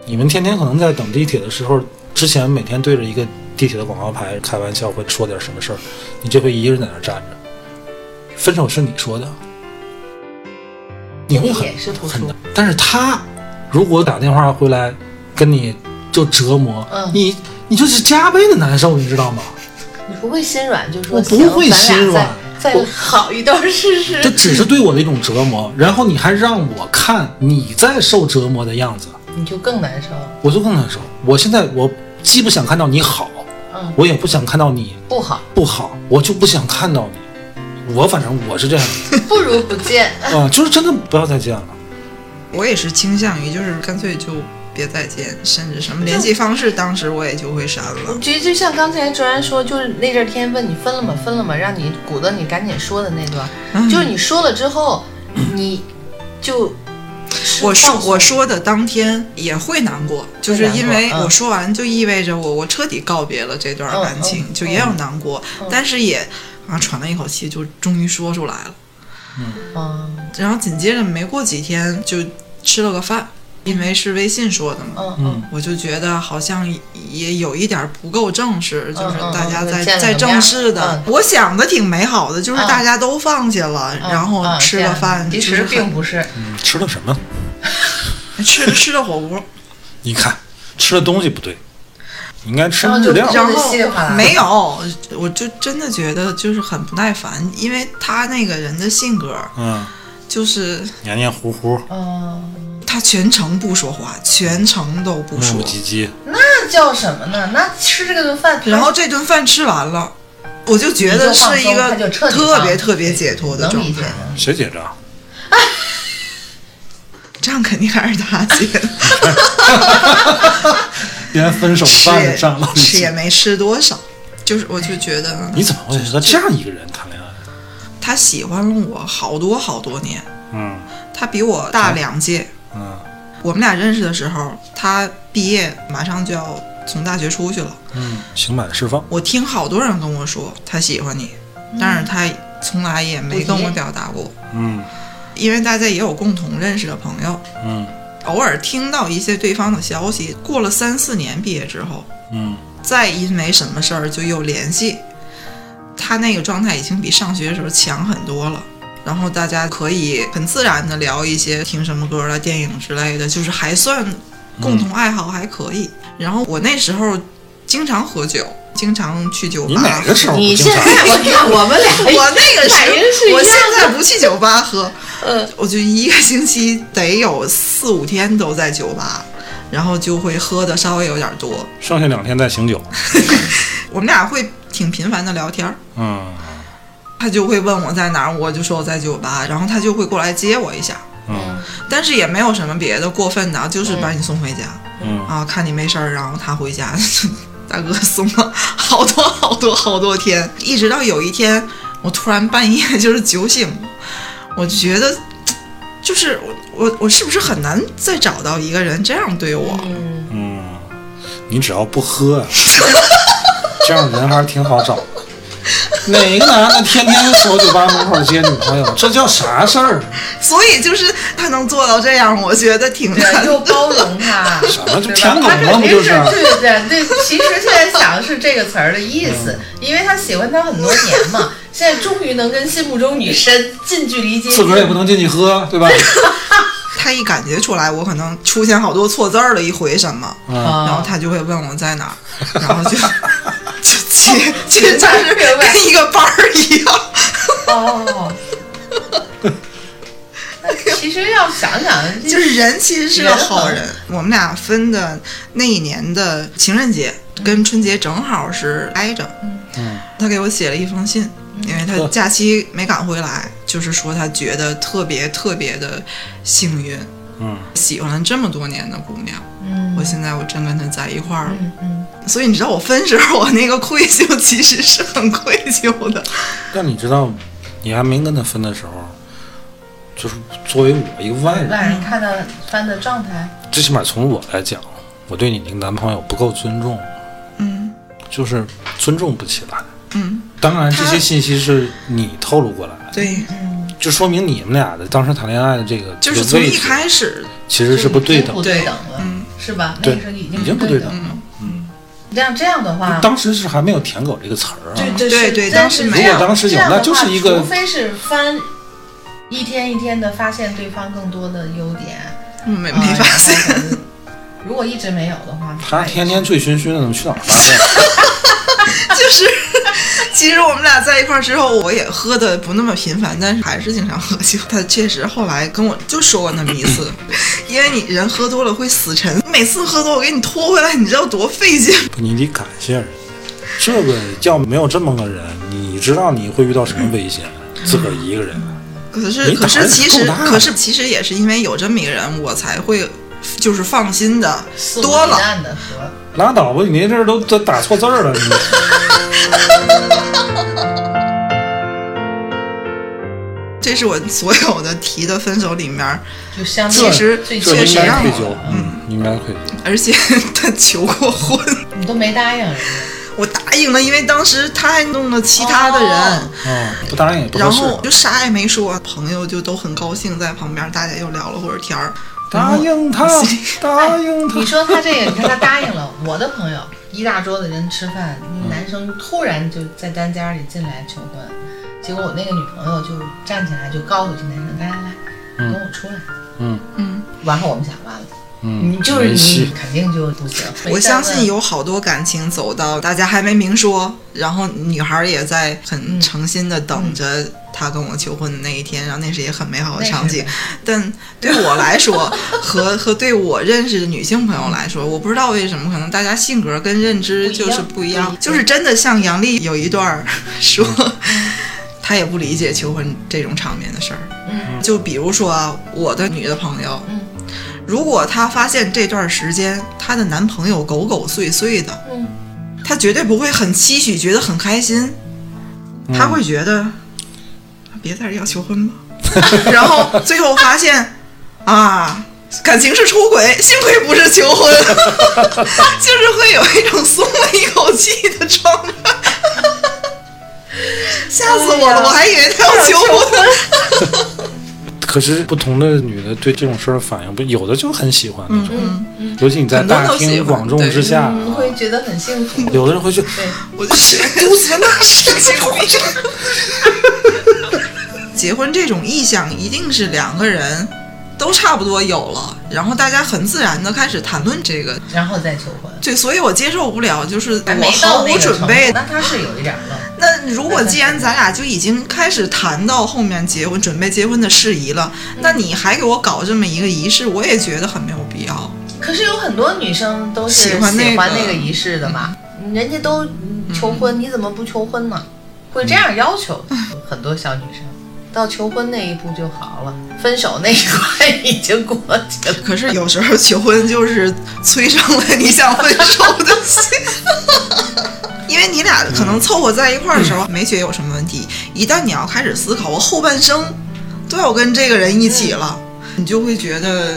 Speaker 1: 你们天天可能在等地铁的时候，之前每天对着一个地铁的广告牌开玩笑，会说点什么事儿，你这回一个人在那儿站着，分手是你说的，你会很
Speaker 5: 也是不
Speaker 1: 很
Speaker 5: 说，
Speaker 1: 但是他如果打电话回来跟你就折磨，
Speaker 5: 嗯
Speaker 1: 你你就是加倍的难受，你知道吗？
Speaker 5: 你不会心软，就说
Speaker 1: 我不
Speaker 5: 行
Speaker 1: 会
Speaker 5: 咱俩
Speaker 1: 心软
Speaker 5: 再
Speaker 1: 我
Speaker 5: 再好一段试试。
Speaker 1: 这只是对我的一种折 磨，然后你还让我看你在受折磨的样子，
Speaker 5: 你就更难受。
Speaker 1: 我就更难受。我现在我既不想看到你好，
Speaker 5: 嗯，
Speaker 1: 我也不想看到你
Speaker 5: 不好，
Speaker 1: 不好，我就不想看到你。我反正我是这样 的
Speaker 5: 不如不见。
Speaker 1: 啊、就是真的不要再见了。
Speaker 4: 我也是倾向于就是干脆就别再见，甚至什么联系方式，当时我也就会删了。
Speaker 5: 其实就像刚才卓然说，就是那阵儿天问你分了吗？分了吗？让你鼓捣你赶紧说的那段，
Speaker 4: 嗯
Speaker 5: 就是你说了之后，你就
Speaker 4: 我
Speaker 5: 是
Speaker 4: 说
Speaker 5: 放松
Speaker 4: 我说的当天也会难过，嗯就是因为我说完就意味着我我彻底告别了这段感
Speaker 5: 嗯嗯
Speaker 4: 情，就也有难过，但是也啊喘了一口气，就终于说出来了。
Speaker 5: 嗯
Speaker 4: 然后紧接着没过几天就吃了个饭，因为是微信说的嘛，
Speaker 5: 嗯嗯，
Speaker 4: 我就觉得好像也有一点儿不够正式，就是大家
Speaker 5: 嗯嗯
Speaker 4: 在
Speaker 5: 见了
Speaker 4: 在
Speaker 5: 个面
Speaker 4: 正式的
Speaker 5: 嗯，
Speaker 4: 我想的挺美好的，就是
Speaker 5: 嗯
Speaker 4: 大家都放下了，
Speaker 5: 嗯
Speaker 4: 然后
Speaker 5: 嗯
Speaker 4: 吃
Speaker 5: 这
Speaker 4: 了
Speaker 5: 样
Speaker 4: 饭，
Speaker 5: 其
Speaker 4: 就是
Speaker 5: 实并
Speaker 4: 很
Speaker 5: 不是，
Speaker 1: 嗯，吃了什么？
Speaker 4: 吃吃了火 锅，
Speaker 1: 你看吃的东西不对，你应该吃
Speaker 5: 然后
Speaker 1: 日
Speaker 5: 就
Speaker 1: 料。
Speaker 5: 哭
Speaker 4: 然
Speaker 5: 得
Speaker 4: 后
Speaker 5: 稀里啊哗啦的
Speaker 4: 没有，我就真的觉得就是很不耐烦，因为他那个人的性格
Speaker 1: 嗯，
Speaker 4: 就是
Speaker 1: 黏黏糊糊，
Speaker 5: 嗯，
Speaker 4: 他全程不说话，全程都不
Speaker 1: 磨
Speaker 4: 说
Speaker 1: 磨，唧唧，
Speaker 5: 那叫什么呢？那吃这个顿饭，
Speaker 4: 然后这顿饭吃完了，我就觉得是一
Speaker 5: 你就
Speaker 4: 个
Speaker 5: 放松他就彻底放
Speaker 4: 特别特别解脱的
Speaker 5: 能
Speaker 4: 状
Speaker 5: 理解
Speaker 4: 态。
Speaker 5: 的，
Speaker 1: 谁结账？
Speaker 4: 账肯定还是他结的，
Speaker 1: 连分手
Speaker 4: 吃
Speaker 1: 饭的
Speaker 4: 也
Speaker 1: 账都
Speaker 4: 吃也
Speaker 1: 结。
Speaker 4: 没吃多少，就是我就觉得
Speaker 1: 你怎么会和这样一个人谈恋爱？
Speaker 4: 他喜欢了我好多好多年，
Speaker 1: 嗯
Speaker 4: 他比我大两届。
Speaker 1: 嗯
Speaker 4: 我们俩认识的时候，他毕业马上就要从大学出去了。
Speaker 1: 嗯，刑满释放。
Speaker 4: 我听好多人跟我说他喜欢你，但是他从来也没跟我表达过，
Speaker 1: 嗯
Speaker 4: 因为大家也有共同认识的朋友，
Speaker 1: 嗯
Speaker 4: 偶尔听到一些对方的消息。过了三四年毕业之后，
Speaker 1: 嗯
Speaker 4: 再因为什么事儿就又联系，他那个状态已经比上学的时候强很多了。然后大家可以很自然的聊一些听什么歌了、电影之类的，就是还算共同爱好还可以。
Speaker 5: 嗯
Speaker 4: 然后我那时候经常喝酒，经常去酒吧。
Speaker 1: 你哪个时候不
Speaker 5: 你
Speaker 1: 经
Speaker 5: 现
Speaker 1: 常？
Speaker 5: 在 我看我们俩，
Speaker 4: 我那个时
Speaker 5: 俩人是一
Speaker 4: 候，我现
Speaker 5: 样
Speaker 4: 在不去酒吧喝，
Speaker 5: 嗯
Speaker 4: 我就一个星期得有四五天都在酒吧，然后就会喝的稍微有点多。
Speaker 1: 剩下两天再醒酒。
Speaker 4: 我们俩会挺频繁的聊天儿，
Speaker 1: 嗯
Speaker 4: 他就会问我在哪儿，我就说我在酒吧，然后他就会过来接我一下，
Speaker 1: 嗯
Speaker 4: 但是也没有什么别的过分的，就是把你送回家、
Speaker 1: 嗯，
Speaker 4: 啊，看你没事儿，然后他回家。 大哥送了好多好多好多天，一直到有一天，我突然半夜就是酒醒，我觉得就是我我我是不是很难再找到一个人这样对我？
Speaker 5: 嗯，
Speaker 1: 嗯，你只要不喝啊， 这样人还是挺好找的。哪个男的天天守酒吧门口接女朋友， 这叫啥事儿？
Speaker 4: 所以就是他能做到这样，我觉得挺难
Speaker 5: 对，又包容 他，
Speaker 1: 什么就
Speaker 5: 对
Speaker 1: 舔狗
Speaker 5: 吧？他
Speaker 1: 吗？
Speaker 5: 肯
Speaker 1: 不
Speaker 5: 定
Speaker 1: 就是是？
Speaker 5: 对对对，其实现在想的是这个词儿的意
Speaker 1: 嗯
Speaker 5: 思，因为他喜欢他很多年嘛，现在终于能跟心目中女神近距离接触，
Speaker 1: 自个儿也不能进去喝，对吧？
Speaker 4: 他一感觉出来我可能出现好多错字儿了，一回什么，
Speaker 1: 嗯，
Speaker 4: 然
Speaker 5: 啊
Speaker 4: 后他就会问我在哪儿，然后就 哦就其其实真是
Speaker 5: 明白
Speaker 4: 跟一个班儿一样。
Speaker 5: 哦。 那其实要想想，
Speaker 4: 就是人其实是个好人。我们俩分的那一年的情人节跟春节正好是挨着，
Speaker 1: 嗯，
Speaker 4: 他给我写了一封信，因为他
Speaker 1: 呵
Speaker 4: 假期没赶回来，就是说他觉得特别特别的幸运，
Speaker 1: 嗯，
Speaker 4: 喜欢了这么多年的姑娘，
Speaker 5: 嗯
Speaker 4: 我现在我真跟他在一块儿了。
Speaker 5: 嗯嗯，
Speaker 4: 所以你知道我分时候我那个愧疚其实是很愧疚的，
Speaker 1: 但你知道，你还没跟他分的时候，就是作为我一个外人，
Speaker 5: 外人看到翻的状态，
Speaker 1: 最起码从我来讲，我对你那个男朋友不够尊重，
Speaker 4: 嗯
Speaker 1: 就是尊重不起来。
Speaker 4: 嗯，
Speaker 1: 当然，这
Speaker 4: 他
Speaker 1: 些信息是你透露过来的，
Speaker 4: 对，
Speaker 1: 就说明你们俩的当时谈恋爱的这个
Speaker 4: 就
Speaker 1: 这
Speaker 4: 是
Speaker 1: 个
Speaker 4: 从
Speaker 1: 位
Speaker 4: 一
Speaker 1: 置
Speaker 4: 开始，
Speaker 1: 其实是不对
Speaker 5: 已经不
Speaker 1: 等的，
Speaker 5: 对等了，
Speaker 4: 嗯
Speaker 5: 是吧？那
Speaker 1: 对
Speaker 5: 个时候已
Speaker 1: 已经
Speaker 5: 经
Speaker 1: 不
Speaker 5: 对
Speaker 1: 对等。了。
Speaker 5: 这样这样的话，嗯
Speaker 1: 当时是还没有“舔狗”这个词儿啊，
Speaker 5: 对
Speaker 4: 嗯对对当时没有如
Speaker 1: 果当时有那就是一个
Speaker 5: 除非是翻一天一天的发现对方更多的优点，
Speaker 4: 嗯没
Speaker 5: 啊
Speaker 4: 没发现。。
Speaker 5: 然后 可能如果一直没有的话，
Speaker 1: 他天天醉醺醺的，能去哪儿发现？
Speaker 4: 就是， 其实我们俩在一块儿之后，我也喝的不那么频繁，但是还是经常喝酒。他确实后来跟我就说过那么一次， 因为你人喝多了会死沉，每次喝多我给你拖回来，你知道多费劲。
Speaker 1: 不 你得感谢人家。这个要没有这么个人，你知道你会遇到什么危险？自个儿一个人，
Speaker 4: 嗯可是
Speaker 1: 你胆
Speaker 4: 可
Speaker 1: 儿
Speaker 4: 是其实
Speaker 1: 够大的
Speaker 4: 可是其实也是因为有这么一个人，我才会就是放心的
Speaker 5: 肆无忌
Speaker 4: 多了。
Speaker 5: 惮的喝。
Speaker 1: 拉倒吧！你那阵儿都都打错字儿了。你
Speaker 4: 这是我所有的提的分手里面，
Speaker 5: 就相
Speaker 4: 其实
Speaker 5: 最
Speaker 1: 这
Speaker 4: 确
Speaker 1: 应
Speaker 4: 实
Speaker 1: 该
Speaker 4: 让
Speaker 1: 愧
Speaker 4: 我
Speaker 1: 疚，嗯，应该愧疚。
Speaker 4: 而且 他求过婚。
Speaker 5: 你都没答应人家，
Speaker 4: 我答应了，因为当时他还弄了其他的人，
Speaker 5: 哦
Speaker 1: 嗯，不答应也不合
Speaker 4: 然
Speaker 1: 适。
Speaker 4: 后就啥也没说，朋友就都很高兴，在旁边大家又聊了会儿天儿。
Speaker 1: 答应他，
Speaker 4: 嗯
Speaker 1: 答应 他
Speaker 5: 你。说他这个，你看他答应了。我的朋友一大桌子人吃饭，那男生突然就在单间里进来求婚，结果我那个女朋友就站起来就告诉这男生，来来来，跟我出来。
Speaker 1: 嗯
Speaker 4: 嗯，
Speaker 5: 然后我们想完了，
Speaker 1: 嗯，
Speaker 5: 你就是
Speaker 1: 没
Speaker 5: 你
Speaker 1: 戏。
Speaker 5: 肯定就不行。
Speaker 4: 我相信有好多感情走到大家还没明说，然后女孩儿也在很诚心的等着他跟我求婚的那一天，然后那是也很美好的场景
Speaker 5: 那。
Speaker 4: 但对我来说，和和对我认识的女性朋友来说，我不知道为什么，可能大家性格跟认知就是不一样，
Speaker 5: 不一样
Speaker 4: 就是真的像杨丽有一段儿说。她也不理解求婚这种场面的事儿，
Speaker 5: 嗯
Speaker 4: 就比如说啊我的女的朋友，
Speaker 5: 嗯
Speaker 4: 如果她发现这段时间她的男朋友狗狗碎碎的，
Speaker 5: 嗯
Speaker 4: 她绝对不会很期许，觉得很开心，她会觉得、别在这儿要求婚吧，然后最后发现啊，感情是出轨，幸亏不是求婚， 就是会有一种松了一口气的状态。吓死我了！
Speaker 5: 哎呀
Speaker 4: 我还以为他要求婚。
Speaker 1: 可是不同的女的对这种事儿反应不，有的就很喜欢那种，
Speaker 4: 嗯，
Speaker 1: 尤其你在
Speaker 4: 很多
Speaker 1: 大
Speaker 4: 都喜
Speaker 1: 庭
Speaker 4: 欢
Speaker 1: 广众
Speaker 4: 对
Speaker 1: 之下，
Speaker 5: 嗯，会觉得很幸福。
Speaker 1: 有的人会去
Speaker 5: 对，
Speaker 4: 我就觉得我天哪，神经病！结婚这种意向一定是两个人都差不多有了，然后大家很自然的开始谈论这个。
Speaker 5: 然后再求婚，
Speaker 4: 对，所以我接受不了，就是我
Speaker 5: 还哎没
Speaker 4: 毫
Speaker 5: 到那
Speaker 4: 无
Speaker 5: 个程
Speaker 4: 准
Speaker 5: 度
Speaker 4: 备。
Speaker 5: 那他是有一点愣。
Speaker 4: 那如果既然咱俩就已经开始谈到后面结婚、准备结婚的事宜了，那你还给我搞这么一个仪式，我也觉得很没有必要。
Speaker 5: 可是有很多女生都是
Speaker 4: 喜欢那个
Speaker 5: 喜欢那个嗯仪式的嘛，人家都求婚，你怎么不求婚呢？会这样要求的 很多小女生。到求婚那一步就好了，分手那一块已经过去了。
Speaker 4: 可是有时候求婚就是催生了你想分手的心， 因为你俩可能凑合在一块儿的时候没觉得有什么问题，一旦你要开始思考我后半生都要跟这个人一起了，你就会觉得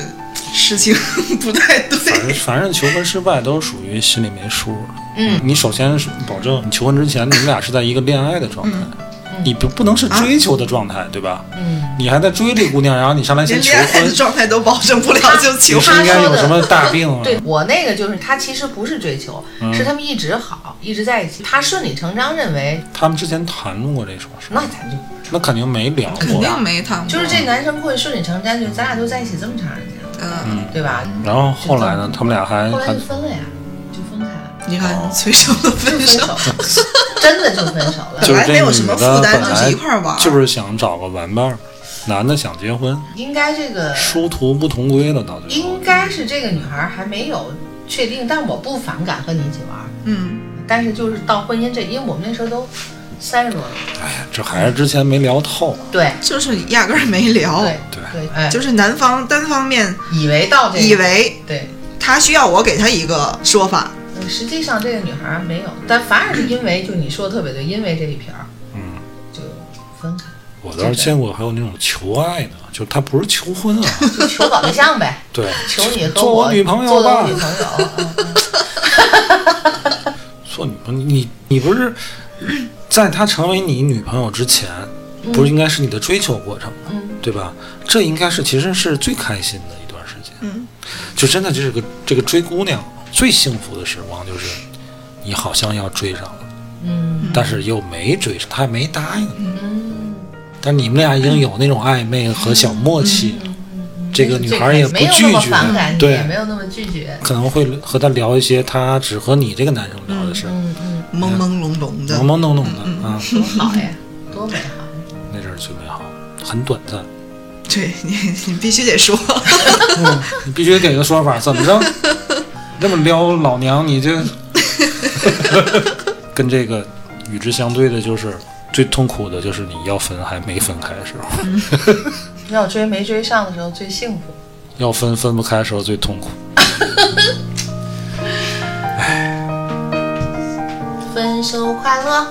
Speaker 4: 事情不太
Speaker 1: 反 正
Speaker 4: 对。
Speaker 1: 反正求婚失败都是属于心里没数。
Speaker 5: 嗯，
Speaker 1: 你首先是保证你求婚之前你们俩是在一个恋爱的状态，你不不能是
Speaker 4: 啊
Speaker 1: 追求的状态，对吧？
Speaker 5: 嗯，
Speaker 1: 你还在追这姑娘，然后你上来先
Speaker 4: 连
Speaker 1: 求
Speaker 4: 恋爱
Speaker 1: 婚
Speaker 4: 的，状态都保证不了，就
Speaker 1: 你
Speaker 4: 求
Speaker 1: 是
Speaker 5: 他
Speaker 1: 应该
Speaker 5: 说
Speaker 1: 有
Speaker 5: 的
Speaker 1: 什么 大病啊？
Speaker 5: 对我那个就是他其实不是追求，
Speaker 1: 嗯
Speaker 5: 是他们一直好，一直在一起。他顺理成章认为，
Speaker 1: 他们之前谈论过这种事儿，
Speaker 5: 那咱就
Speaker 1: 那肯定没聊
Speaker 4: 肯
Speaker 1: 过。
Speaker 4: 定没谈过。
Speaker 5: 就是
Speaker 1: 嗯
Speaker 5: 这男生会顺理成章，就咱俩都在一起这么长时间了，
Speaker 4: 嗯，
Speaker 5: 对吧？
Speaker 1: 然后后来呢，他们俩还
Speaker 5: 后来
Speaker 1: 还
Speaker 5: 就分了呀，就分开了，
Speaker 4: 你看催生了
Speaker 5: 就
Speaker 4: 分
Speaker 5: 分
Speaker 4: 手
Speaker 5: 手，了，真的就分手了。
Speaker 1: 就是这
Speaker 4: 本来没有
Speaker 1: 女
Speaker 4: 什么
Speaker 1: 的
Speaker 4: 负担
Speaker 1: 本
Speaker 4: 就是
Speaker 1: 来
Speaker 4: 一块儿玩儿
Speaker 1: 就是想找个玩伴儿，男的想结婚，
Speaker 5: 应该这个
Speaker 1: 殊途不同归了，到最后
Speaker 5: 应该是这个女孩还没有确定，但我不反感和你一起玩儿，
Speaker 4: 嗯，
Speaker 5: 但是就是到婚姻这，因为我们那时候都三十多了，
Speaker 1: 哎这还是之前没聊透。
Speaker 5: 对
Speaker 4: 就是压根儿没聊，
Speaker 5: 对
Speaker 1: 对
Speaker 5: 对，哎，
Speaker 4: 哦就是男方单方面
Speaker 5: 以为到这个，
Speaker 4: 以为
Speaker 5: 对，呃
Speaker 4: 他需要我给他一个说法，
Speaker 5: 实际上这个女孩没有，但反而是因为就你说的特别对，因为这一撇儿
Speaker 1: 嗯，
Speaker 5: 就分开，
Speaker 1: 我倒是见过还有那种求爱的，就是他不是求婚 啊，
Speaker 5: 就求搞对象呗，
Speaker 1: 对，
Speaker 5: 求你和
Speaker 1: 做我女朋友
Speaker 5: 做
Speaker 1: 吧
Speaker 5: 我女朋友，嗯嗯
Speaker 1: 做女朋友，你你不是在她成为你女朋友之前，不是应该是你的追求过程吗？
Speaker 5: 嗯
Speaker 1: 对吧？这应该是其实是最开心的一段时间，
Speaker 4: 嗯，
Speaker 1: 就真的这个这个追姑娘最幸福的时光就是你好像要追上了，
Speaker 5: 嗯
Speaker 1: 但是又没追上，她还没答应你，
Speaker 5: 嗯，
Speaker 1: 但你们俩已经有那种暧昧和小默契，
Speaker 5: 嗯
Speaker 1: 这个女孩也不
Speaker 5: 没有那
Speaker 1: 拒
Speaker 5: 么
Speaker 1: 绝
Speaker 5: 反感，你，
Speaker 1: 对
Speaker 5: 也，没有那么拒绝，
Speaker 1: 可能会和她聊一些她只和你这个男生聊的事儿，
Speaker 5: 嗯嗯，
Speaker 4: 朦朦胧胧的
Speaker 1: 懵，懵懂懂的啊，
Speaker 5: 多好呀，多美啊好呀。
Speaker 1: 那阵儿最美好，很短暂。
Speaker 4: 对你你必须得说，
Speaker 1: 你必须得给个说法，怎么着？这么撩老娘，你这跟这个与之相对的就是最痛苦的，就是你要分还没分开的时候，
Speaker 5: 要追没追上的时候最幸福。
Speaker 1: 要分分不开的时候最痛苦。
Speaker 5: 分手快乐，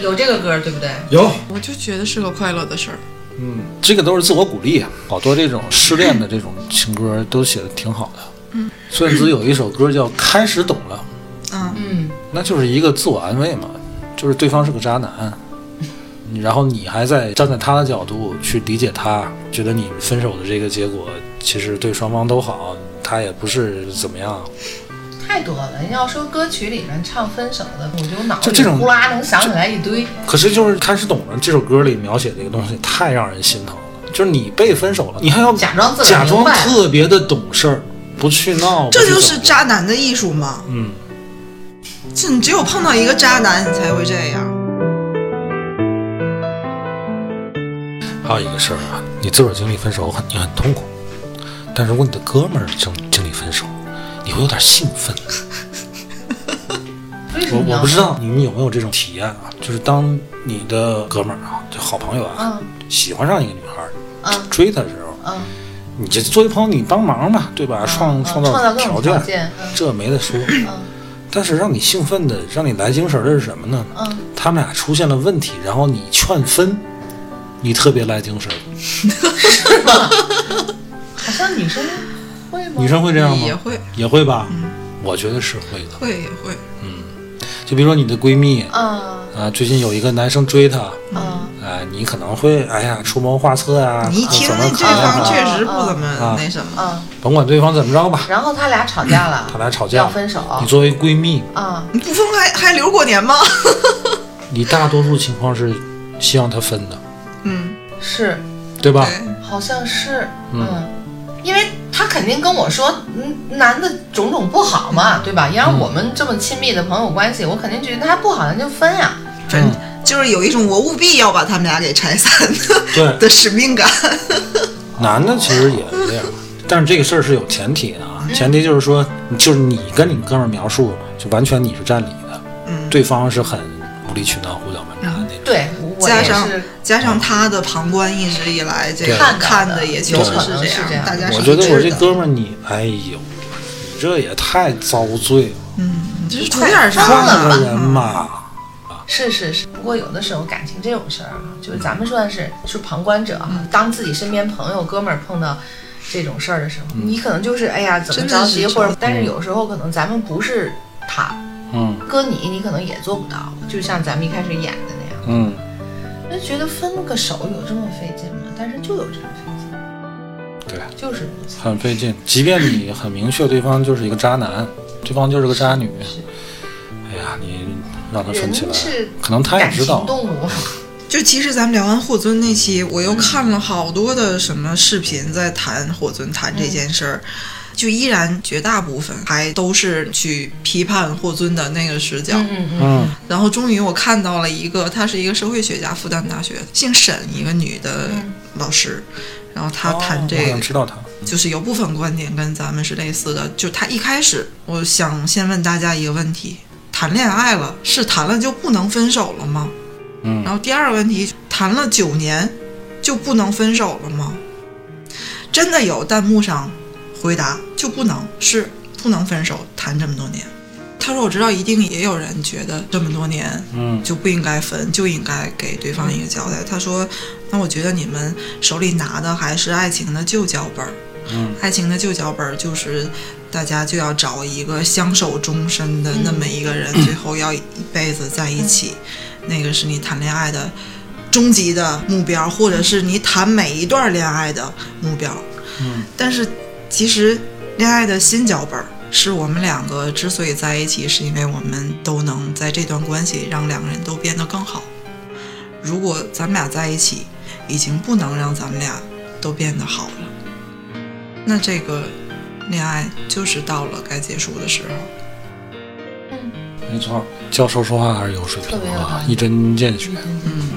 Speaker 5: 有这个歌对不对？
Speaker 1: 有，
Speaker 4: 我就觉得是个快乐的事儿。
Speaker 1: 嗯，这个都是自我鼓励啊，好多这种失恋的这种情歌都写的挺好的。嗯，孙燕姿有一首歌叫《开始懂了》，
Speaker 4: 嗯，
Speaker 5: 嗯，
Speaker 1: 那就是一个自我安慰嘛，就是对方是个渣男，你然后你还在站在他的角度去理解他，觉得你分手的这个结果其实对双方都好，他也不是怎么样，
Speaker 5: 太多了。要说歌曲里面唱分手的，我就脑子
Speaker 1: 就这种
Speaker 5: 里呼啦能想起来一堆。
Speaker 1: 可是就是开始懂了这首歌里描写这个东西太让人心疼了，就是你被分手了，你还要
Speaker 5: 假装自个儿
Speaker 1: 假装
Speaker 5: 明白
Speaker 1: 特别的懂事儿，不去闹，
Speaker 4: 这就
Speaker 1: 不去
Speaker 4: 是
Speaker 1: 怎么
Speaker 4: 渣男的艺术嘛，
Speaker 1: 嗯。
Speaker 4: 这你只有碰到一个渣男，你才会这样。
Speaker 1: 还有一个事儿啊，你自个儿经历分手很你很痛苦，但如果你的哥们儿经经历分手，你会有点兴奋。
Speaker 5: 为什
Speaker 1: 我
Speaker 5: 么要
Speaker 1: 我不知道你们有没有这种体验啊，就是当你的哥们儿啊，就好朋友啊，喜欢上一个女孩儿，
Speaker 5: 嗯
Speaker 1: 追她的时候，
Speaker 5: 嗯，
Speaker 1: 你就作为朋友你帮忙嘛，对吧？创
Speaker 5: 嗯
Speaker 1: 创
Speaker 5: 造
Speaker 1: 造
Speaker 5: 各种
Speaker 1: 件，
Speaker 5: 件。嗯
Speaker 1: 这没得说。但是让你兴奋的，让你来精神儿的是什么呢？
Speaker 5: 嗯
Speaker 1: 他们俩出现了问题，然后你劝分，你特别来精神儿。
Speaker 5: 好像女生会吗？
Speaker 1: 女生会这样吗？
Speaker 4: 也会
Speaker 1: 也会吧？我觉得是会的。
Speaker 4: 会也会，
Speaker 1: 就比如说你的闺蜜
Speaker 5: 嗯
Speaker 1: 啊，最近有一个男生追她，
Speaker 5: 嗯，
Speaker 1: 啊，你可能会哎呀出谋划策啊，
Speaker 4: 你一听
Speaker 1: 怎么
Speaker 4: 这
Speaker 1: 考虑
Speaker 4: 方
Speaker 1: 啊
Speaker 4: 确实不怎么
Speaker 1: 啊
Speaker 4: 那什么，
Speaker 5: 嗯，
Speaker 1: 甭管对方怎么着吧，
Speaker 5: 然后他俩吵架了，
Speaker 1: 他俩吵
Speaker 5: 要
Speaker 1: 架，
Speaker 5: 分手。
Speaker 1: 你作为闺蜜，
Speaker 5: 啊，
Speaker 4: 你不分还还留过年吗？
Speaker 1: 你大多数情况是希望他分的，
Speaker 4: 嗯，
Speaker 5: 是，
Speaker 1: 对吧？
Speaker 4: 对，
Speaker 5: 好像是，
Speaker 1: 嗯
Speaker 5: 因为他肯定跟我说，嗯，男的种种不好嘛，对吧？
Speaker 1: 嗯
Speaker 5: 要让我们这么亲密的朋友关系，我肯定觉得他不好，咱就分呀。
Speaker 4: 反
Speaker 1: 嗯
Speaker 4: 正就是有一种我务必要把他们俩给拆散的
Speaker 1: 对，
Speaker 4: 的使命感。
Speaker 1: 男的其实也是这样，但是这个事儿是有前提的啊，
Speaker 4: 啊，
Speaker 1: 前提就是说，就是你跟你哥们儿描述，就完全你是占理的，
Speaker 4: 嗯，
Speaker 1: 对方是很无理取闹、胡搅蛮缠的那种。
Speaker 5: 对，我我
Speaker 4: 加
Speaker 5: 也
Speaker 4: 上
Speaker 5: 是
Speaker 4: 加上他的旁观一直以来这个
Speaker 1: 对
Speaker 4: 看
Speaker 5: 看
Speaker 4: 的
Speaker 5: 的
Speaker 4: 也
Speaker 1: 有
Speaker 4: 就
Speaker 1: 可
Speaker 4: 是
Speaker 5: 能是这
Speaker 4: 样，
Speaker 5: 样
Speaker 4: 大家是
Speaker 1: 我觉得我
Speaker 4: 一致
Speaker 1: 这
Speaker 4: 的
Speaker 1: 哥们儿你，哎呦，你这也太遭罪了，
Speaker 4: 嗯，就是图点啥
Speaker 5: 疯了
Speaker 1: 换
Speaker 4: 呢
Speaker 1: 个？人嘛。
Speaker 5: 是是是，不过有的时候感情这种事儿啊，就是咱们算是是旁观者啊。
Speaker 4: 嗯
Speaker 5: 当自己身边朋友、哥们儿碰到这种事儿的时候，你可能就是哎呀怎么
Speaker 4: 嗯真的
Speaker 5: 着
Speaker 4: 是嗯
Speaker 5: 急，
Speaker 4: 这
Speaker 5: 或者
Speaker 4: 样
Speaker 5: 但是有时候可能咱们不是他，
Speaker 1: 嗯
Speaker 5: 搁你你可能也做不到，就像咱们一开始演的那样，
Speaker 1: 嗯，
Speaker 5: 就觉得分个手有这么费劲吗？但是就有这种费劲，
Speaker 1: 对，
Speaker 5: 就是如此。
Speaker 1: 很费劲。即便你很明确对方就是一个渣男，对方就是个渣女，哎呀，你让他分起来
Speaker 5: 人是，
Speaker 1: 可能他也
Speaker 5: 感
Speaker 1: 知
Speaker 5: 情
Speaker 1: 道。
Speaker 5: 动物，
Speaker 4: 就其实咱们聊完霍尊那期，我又看了好多的什么视频在谈霍尊谈这件事儿。
Speaker 1: 嗯
Speaker 4: 就依然绝大部分还都是去批判霍尊的那个视角，
Speaker 5: 嗯嗯嗯，
Speaker 1: 嗯
Speaker 4: 然后终于我看到了一个，她是一个社会学家，复旦大学姓沈一个女的
Speaker 5: 嗯
Speaker 4: 老师，然后她
Speaker 1: 哦
Speaker 4: 谈这
Speaker 1: 我好
Speaker 4: 个
Speaker 1: 像知道他。
Speaker 4: 就是有部分观点跟咱们是类似的。就他一开始，我想先问大家一个问题：谈恋爱了是谈了就不能分手了吗？
Speaker 1: 嗯
Speaker 4: 然后第二个问题，谈了九年就不能分手了吗？真的有弹幕上回答就不能是不能分手，谈这么多年。他说我知道一定也有人觉得这么多年
Speaker 1: 嗯
Speaker 4: 就不应该分，就应该给对方一个交代。他说，那我觉得你们手里拿的还是爱情的旧脚本儿。
Speaker 1: 嗯
Speaker 4: 爱情的旧脚本儿就是大家就要找一个相守终身的那么一个
Speaker 1: 嗯
Speaker 4: 人，最后要一辈子在一起，那个是你谈恋爱的终极的目标，或者是你谈每一段恋爱的目标。
Speaker 1: 嗯，
Speaker 4: 但是其实恋爱的新脚本儿是我们两个之所以在一起，是因为我们都能在这段关系让两个人都变得更好。如果咱们俩在一起，已经不能让咱们俩都变得好了，那这个恋爱就是到了该结束的时候。
Speaker 1: 没错。教授说话还是有水平
Speaker 5: 特别
Speaker 1: 的
Speaker 5: 有道
Speaker 1: 啊，
Speaker 5: 理
Speaker 1: 一针见血。
Speaker 4: 嗯，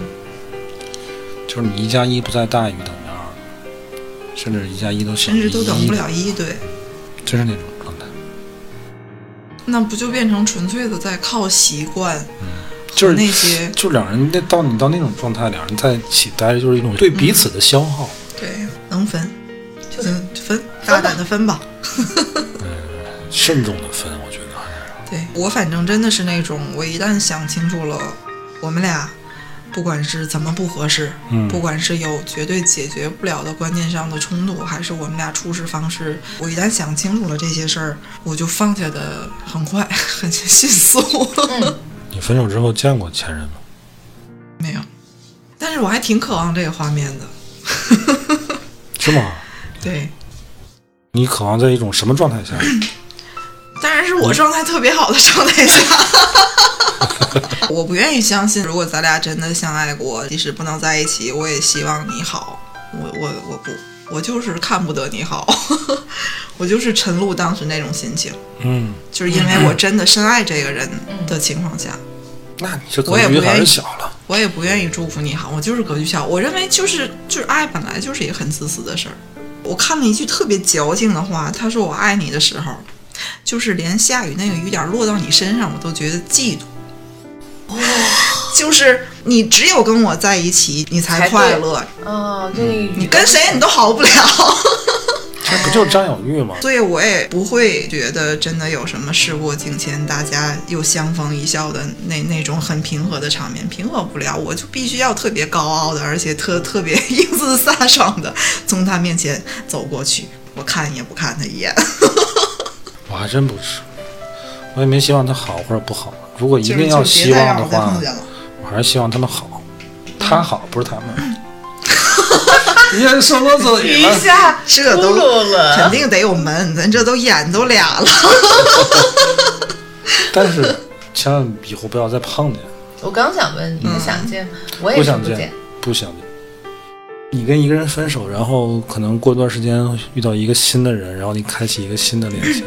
Speaker 1: 就是你一加一不再大于等于二，甚至一加一都小
Speaker 4: 甚
Speaker 1: 于一，
Speaker 4: 至都等不了一对，
Speaker 1: 就是那种状态。
Speaker 4: 那不就变成纯粹的在靠习惯
Speaker 1: 就是
Speaker 4: 那些
Speaker 1: 就两人那到你到那种状态，两人在一起待着就是一种对彼此的消耗。
Speaker 4: 对能分
Speaker 5: 就
Speaker 4: 就是分，大胆的分吧。
Speaker 1: 慎重的分，我觉得还是
Speaker 4: 对我反正真的是那种，我一旦想清楚了，我们俩不管是怎么不合适，
Speaker 1: 嗯
Speaker 4: 不管是有绝对解决不了的观念上的冲突，还是我们俩处事方式，我一旦想清楚了这些事儿，我就放下的很快， 很迅速。
Speaker 1: 你分手之后见过前任吗？
Speaker 4: 没有，但是我还挺渴望这个画面的。
Speaker 1: 是吗？
Speaker 4: 对，
Speaker 1: 你渴望在一种什么状态下？
Speaker 4: 当然是我状态特别好的状态下。 我不愿意相信，如果咱俩真的相爱过，即使不能在一起，我也希望你好。我我我不，我就是看不得你好， 我就是陈露当时那种心情，
Speaker 1: 嗯，
Speaker 4: 就是因为我真的深爱这个人的情况下，
Speaker 1: 那你这格
Speaker 4: 我也不
Speaker 1: 局还
Speaker 4: 愿意
Speaker 1: 是小了。
Speaker 4: 我也不愿意祝福你好，我就是格局小。我认为就是就是爱本来就是一个很自私的事儿。我看了一句特别矫情的话，他说我爱你的时候，就是连下雨那个雨点儿落到你身上，我都觉得嫉妒。哦就是你只有跟我在一起，你才
Speaker 5: 才对
Speaker 4: 快乐，
Speaker 5: 啊，这
Speaker 4: 嗯你跟谁你都好不了。
Speaker 1: 这不就是占有欲吗？
Speaker 4: 所以我也不会觉得真的有什么事过境迁，大家又相逢一笑的那那种很平和的场面，平和不了，我就必须要特别高傲的，而且特特别 英姿飒爽的从他面前走过去，我看也不看他一眼，
Speaker 1: 我还真不是，我也没希望他好或者不好。如果一
Speaker 4: 就是
Speaker 1: 定
Speaker 4: 就
Speaker 1: 要
Speaker 4: 别
Speaker 1: 希
Speaker 4: 再
Speaker 1: 望
Speaker 4: 让
Speaker 1: 的
Speaker 4: 我再
Speaker 1: 话
Speaker 4: 碰，见了。
Speaker 1: 我还是希望他们好。他好不是他们。你 也说到嘴
Speaker 5: 一
Speaker 1: 了。
Speaker 5: 下
Speaker 4: 这
Speaker 5: 咕
Speaker 4: 都
Speaker 5: 噜了，
Speaker 4: 肯定得有门，咱这都演都俩了。
Speaker 1: 但是千万以后不要再碰见，
Speaker 5: 我刚想问你，你想见吗？我也
Speaker 1: 不
Speaker 5: 是
Speaker 1: 想
Speaker 5: 不
Speaker 1: 见
Speaker 5: 见。，
Speaker 1: 不想见。你跟一个人分手，然后可能过段时间遇到一个新的人，然后你开启一个新的恋情，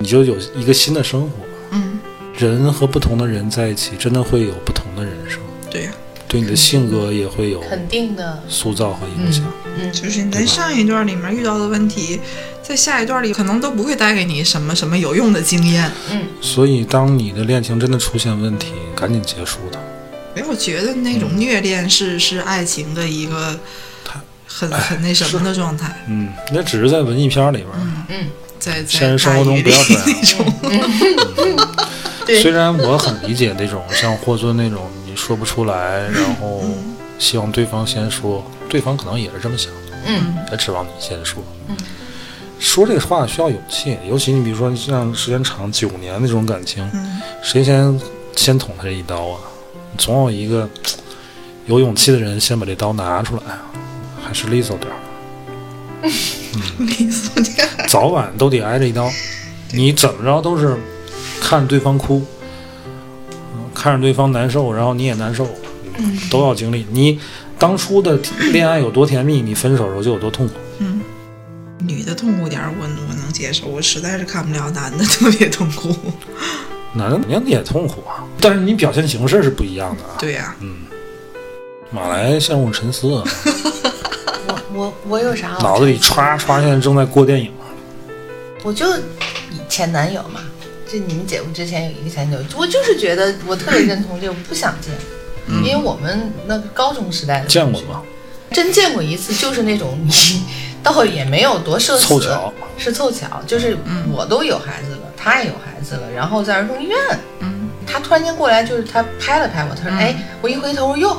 Speaker 1: 你就有一个新的生活。
Speaker 4: 嗯，
Speaker 1: 人和不同的人在一起，真的会有不同的人生。
Speaker 4: 对呀、
Speaker 1: 对你的性格也会有
Speaker 5: 肯定的，
Speaker 1: 塑造和影响。
Speaker 5: 嗯，
Speaker 4: 就是你在上一段里面遇到的问题，在下一段里可能都不会带给你什么什么有用的经验。
Speaker 1: 所以，当你的恋情真的出现问题，赶紧结束它。
Speaker 4: 哎，我觉得那
Speaker 1: 嗯
Speaker 4: 种虐恋是是爱情的一个很
Speaker 1: 哎
Speaker 4: 很那什么的状态，
Speaker 1: 嗯，那只是在文艺片里边儿，
Speaker 4: 在在
Speaker 1: 现实生活中
Speaker 4: 大雨
Speaker 1: 不要
Speaker 4: 里
Speaker 1: 这样
Speaker 4: 那种，
Speaker 5: 对
Speaker 1: 虽然我很理解那种像霍尊那种你说不出来，然后
Speaker 4: 嗯
Speaker 1: 希望对方先说，对方可能也是这么想的，
Speaker 5: 嗯，
Speaker 1: 他指望你先说。
Speaker 4: 嗯
Speaker 1: 说这个话需要勇气，尤其你比如说像时间长九年那种感情，
Speaker 4: 嗯
Speaker 1: 谁先先捅他这一刀啊？总有一个有勇气的人先把这刀拿出来啊，还是利索 点儿。嗯
Speaker 4: 利索点。
Speaker 1: 早晚都得挨这一刀。你怎么着都是看着对方哭，嗯看着对方难受，然后你也难受，
Speaker 5: 嗯
Speaker 1: 都要经历。你当初的恋爱有多甜蜜，你分手的时候就有多痛苦。
Speaker 4: 女的痛苦点儿我我能接受，我实在是看不了男的特别痛苦。
Speaker 1: 男的肯定也痛苦啊，但是你表现形式是不一样的啊。
Speaker 4: 对呀、
Speaker 1: 马来陷入沉思啊，
Speaker 5: 我嗯我我有啥好
Speaker 1: 脑子里歘歘，现在正在过电影。
Speaker 5: 我就以前男友嘛，这你们姐夫之前有一个前女友，我就是觉得我特别认同这个，我不想见，因为我们那个高中时代的
Speaker 1: 嗯见过
Speaker 5: 同学
Speaker 1: 吗？
Speaker 5: 真见过一次，就是那种你倒也没有多社死，
Speaker 1: 凑巧，
Speaker 5: 是凑巧，就是我都有孩子了，他也有孩子了，然后在儿童医院，
Speaker 4: 嗯，
Speaker 5: 他突然间过来，就是他拍了拍我，他说：“哎，我一回头哟。”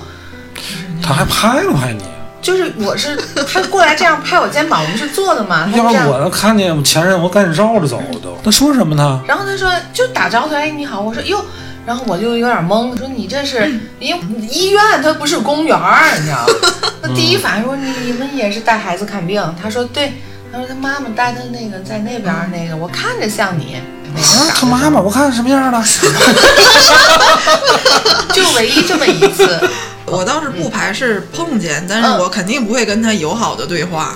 Speaker 1: 他还拍了拍你，
Speaker 5: 就是我是他过来这样拍我肩膀，我们是坐 的嘛，他
Speaker 1: 要
Speaker 5: 啊就这
Speaker 1: 是我
Speaker 5: 样。
Speaker 1: 能看见我前任，我赶紧绕着走了都。他说什么呢？
Speaker 5: 然后他说就打招呼，哎你好，我说哟，然后我就有点懵，我说你这是 因为医院它不是公园儿，你知道吗？ 我第一反应说你你们也是带孩子看病，他说对，他说他妈妈带他那个在那边儿那个，我看着像你。
Speaker 1: 啊，他妈妈，我看什么样了？
Speaker 5: 就唯一这么一次，
Speaker 4: 我倒是不排斥碰见，但
Speaker 5: 嗯
Speaker 4: 是我肯定不会跟他友好的对话。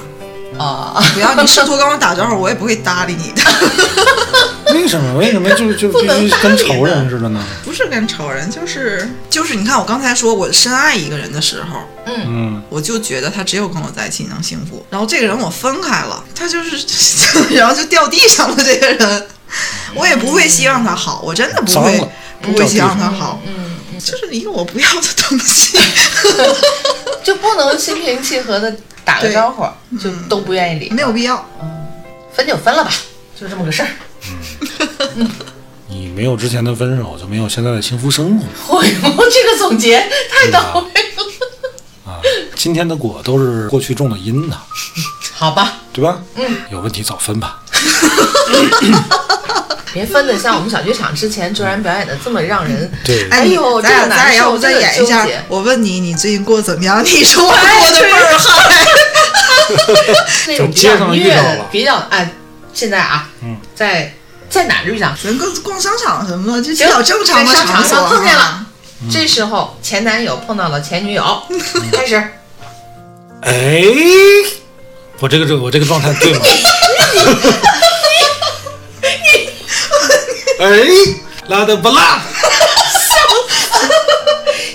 Speaker 5: 啊，
Speaker 4: 只要你试图跟我打招呼，我也不会搭理你的。
Speaker 1: 为什么？为什么就就必须跟仇人似的呢？
Speaker 4: 不是跟仇人，就是就是，你看我刚才说我深爱一个人的时候，
Speaker 1: 嗯，
Speaker 4: 我就觉得他只有跟我在一起能幸福。然后这个人我分开了，他就是 然后就掉地上了。这个人，我也不会希望他好，我真的不
Speaker 1: 脏
Speaker 4: 会
Speaker 1: 了
Speaker 4: 不会希望他好，
Speaker 5: 嗯，
Speaker 4: 就是一个我不要的东西。
Speaker 5: 就不能心平气和的打个
Speaker 4: 对
Speaker 5: 招呼，就都不愿
Speaker 1: 嗯
Speaker 5: 意理，
Speaker 4: 没有必要。
Speaker 5: 分就分了吧，就这么个事儿。
Speaker 1: 你没有之前的分手，就没有现在的幸福生活
Speaker 5: 哎呦，这个总结太到位了。
Speaker 1: 啊！今天的果都是过去种的因呐，
Speaker 5: 好吧，
Speaker 1: 对吧？嗯，有问题早分吧。
Speaker 5: 别分的像我们小剧场之前卓然表演的这么让人，
Speaker 1: 对
Speaker 5: 哎呦，
Speaker 4: 咱俩
Speaker 5: 这个
Speaker 4: 咱俩
Speaker 5: 难
Speaker 4: 要
Speaker 5: 受，
Speaker 4: 不再
Speaker 5: 这个
Speaker 4: 演一
Speaker 5: 纠
Speaker 4: 下
Speaker 5: 结？
Speaker 4: 我问你，你最近过得怎么样？你说我
Speaker 5: 哎
Speaker 4: 过得倍儿嗨。
Speaker 5: 那种比
Speaker 1: 街
Speaker 5: 较
Speaker 1: 上遇到
Speaker 5: 虐
Speaker 1: 了，
Speaker 5: 比较哎，现在啊，
Speaker 1: 嗯，
Speaker 5: 在在哪儿遇上？
Speaker 4: 咱逛逛商场什么的，就比较正常的
Speaker 5: 哎在商场
Speaker 4: 所啊
Speaker 5: 上碰见
Speaker 4: 哈
Speaker 5: 了。
Speaker 1: 嗯
Speaker 5: 这时候前男友碰到了前女友，开始
Speaker 1: 哎，我这个这我这个状态对 吗？哎，拉的不辣，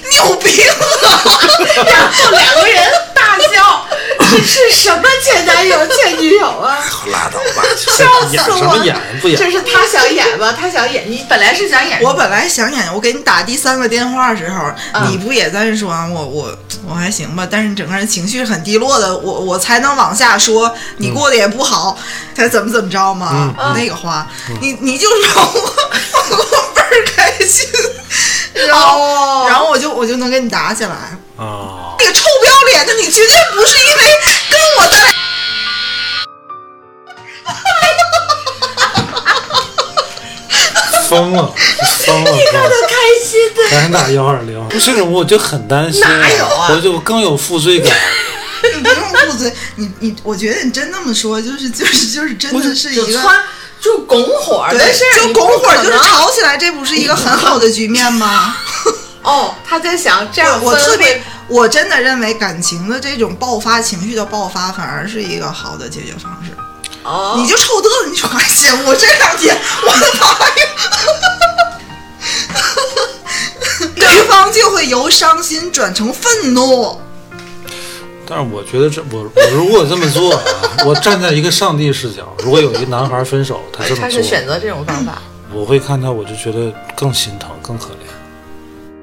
Speaker 4: 你有病啊！
Speaker 5: 然后两个人大 笑，这是什么前男友前女友啊？
Speaker 1: 拉倒吧，
Speaker 5: 笑
Speaker 1: 演
Speaker 5: 死
Speaker 1: 什
Speaker 5: 我
Speaker 1: 么
Speaker 5: 了！
Speaker 1: 演不演？
Speaker 5: 这是他想演吧？他想演，你本来是想演，
Speaker 4: 我本来想演，我给你打第三个电话的时候，
Speaker 5: 嗯
Speaker 4: 你不也在说啊我我我还行吧，但是你整个人情绪很低落的，我我才能往下
Speaker 5: 嗯
Speaker 4: 说你过得也不好，才怎么怎么着嘛，那个话，
Speaker 5: 嗯
Speaker 4: 你你就说我 我倍儿开心，然后、
Speaker 5: 哦
Speaker 4: 然后我就我就能跟你打起来，
Speaker 1: 啊，
Speaker 4: 那个臭不要脸的，你绝对不是因为跟我咱俩。
Speaker 1: 疯了，疯了，疯了。
Speaker 5: 开心的。
Speaker 1: 赶紧打幺二零。这种我就很担心、
Speaker 5: 哪有啊
Speaker 1: 我就更有负罪感。
Speaker 4: 你不用不嘴，你你，我觉得你真那么说，就是就是就是，真的是
Speaker 5: 就
Speaker 4: 一个。
Speaker 5: 穿就拱火儿的
Speaker 4: 对
Speaker 5: 事儿，，
Speaker 4: 就
Speaker 5: 你
Speaker 4: 拱
Speaker 5: 不
Speaker 4: 火
Speaker 5: 可
Speaker 4: 就是
Speaker 5: 能
Speaker 4: 吵起来，这不是一个很好的局面 吗？
Speaker 5: 哦，他在想这样
Speaker 4: 我我
Speaker 5: 分
Speaker 4: 特
Speaker 5: 会
Speaker 4: 别，我真的认为感情的这种爆发、情绪的爆发，反而是一个好的解决方式。
Speaker 5: 哦，
Speaker 4: 你就臭嘚瑟，你说哎姐，我这 两天，我的妈呀！对方常就会由伤心转成愤怒。
Speaker 5: 哦
Speaker 1: 但是我觉得这我我如果这么做 啊，我站在一个上帝视角，如果有一个男孩分手，他这么
Speaker 5: 他是
Speaker 1: 做，
Speaker 5: 选择这种方法，
Speaker 1: 我会看他，我就觉得更心疼，更可怜。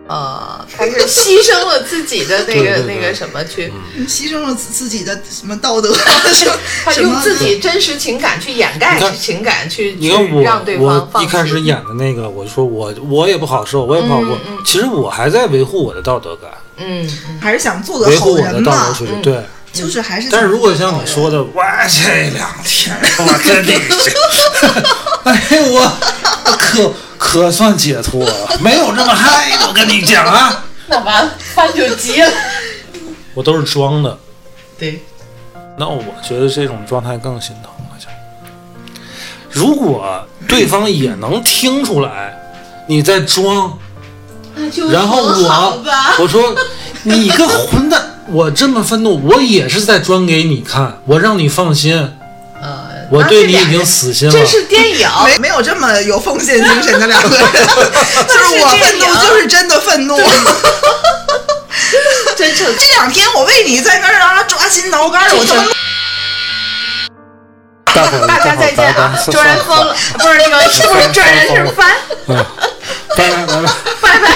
Speaker 5: 呃，他是牺牲了自己的那
Speaker 1: 对
Speaker 5: 个
Speaker 1: 对对嗯
Speaker 5: 那个什么去，
Speaker 4: 你牺牲了自自己的什么道德，啊什 么
Speaker 5: 他
Speaker 4: 什
Speaker 5: 用
Speaker 4: 么
Speaker 5: 自己真实情感去掩盖
Speaker 1: 你看
Speaker 5: 情感，去
Speaker 1: 你看
Speaker 5: 去让对
Speaker 1: 我
Speaker 5: 方
Speaker 1: 我
Speaker 5: 放
Speaker 1: 一开始
Speaker 5: 弃。
Speaker 1: 演的那个，我说我我也不好受，我也不好过，其实我还在维护我的道德感，
Speaker 5: 嗯，嗯
Speaker 4: 还是想做
Speaker 1: 维
Speaker 4: 个好
Speaker 1: 护我的
Speaker 4: 人
Speaker 1: 道德
Speaker 4: 嘛，
Speaker 1: 水准。
Speaker 5: 嗯
Speaker 1: 对，
Speaker 4: 就是还是。
Speaker 1: 但是如果像你，说的，我这两天我跟你说， 哎我我可可算解脱了，没有这么嗨的，我跟你讲啊，
Speaker 5: 那完了，他就急了。
Speaker 1: 我都是装的。
Speaker 5: 对，
Speaker 1: 那我觉得这种状态更心疼了。就如果对方也能听出来你在装，
Speaker 5: 那 就
Speaker 1: 然后
Speaker 5: 和好
Speaker 1: 我
Speaker 5: 吧。
Speaker 1: 嗯我说你个混蛋，我这么愤怒，我也是在装给你看，我让你放心，
Speaker 5: 呃，
Speaker 1: 我
Speaker 5: 那
Speaker 1: 对
Speaker 5: 这
Speaker 1: 你
Speaker 5: 俩
Speaker 1: 已经
Speaker 5: 人
Speaker 1: 死心了。
Speaker 5: 这是 电影，
Speaker 4: 没没有这么有奉献精神的两个人， 就是我愤怒就是真的愤怒。
Speaker 5: 真诚。
Speaker 4: 这两天我为你在那儿啊抓心挠肝儿，我他妈
Speaker 1: 大伙儿
Speaker 5: 大家再见啊！周然疯 了，不是那个，是不是转人是翻？
Speaker 1: 拜拜拜拜，
Speaker 5: 拜拜！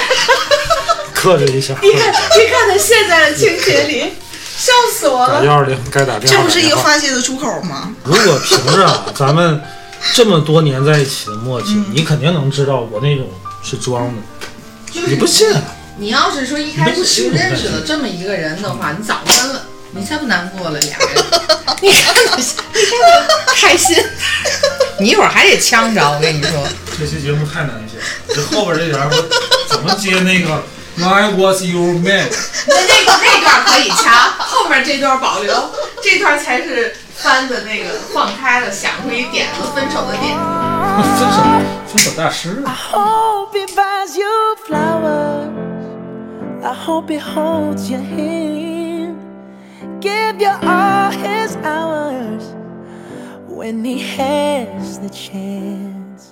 Speaker 1: 克制一下。
Speaker 5: 你看，你看他陷在了情节里，笑死我
Speaker 1: 打
Speaker 5: 了。
Speaker 1: 幺二零，该打电话。
Speaker 4: 这不是一个发泄的出口吗？
Speaker 1: 如果凭着啊咱们这么多年在一起的默契，你肯定能知道我那种是装的，你不信啊？
Speaker 5: 你要是说一开始就认识了这么一个人的话，你早分了，你才不难过了 俩人。你看你，你看你开心， 你一会儿还得呛着我跟你说。
Speaker 1: 这期节目太难写，这后边这点我怎么接那个 I was your man？
Speaker 5: 那那个那段可以掐，后面这段保留，这段才是翻的那个放开了，想出一点子，分手的点。
Speaker 1: 分手，分手大师。啊
Speaker 6: hope he buys you flowers. I hope he holds your hand. Give you all his hours when he has the chance.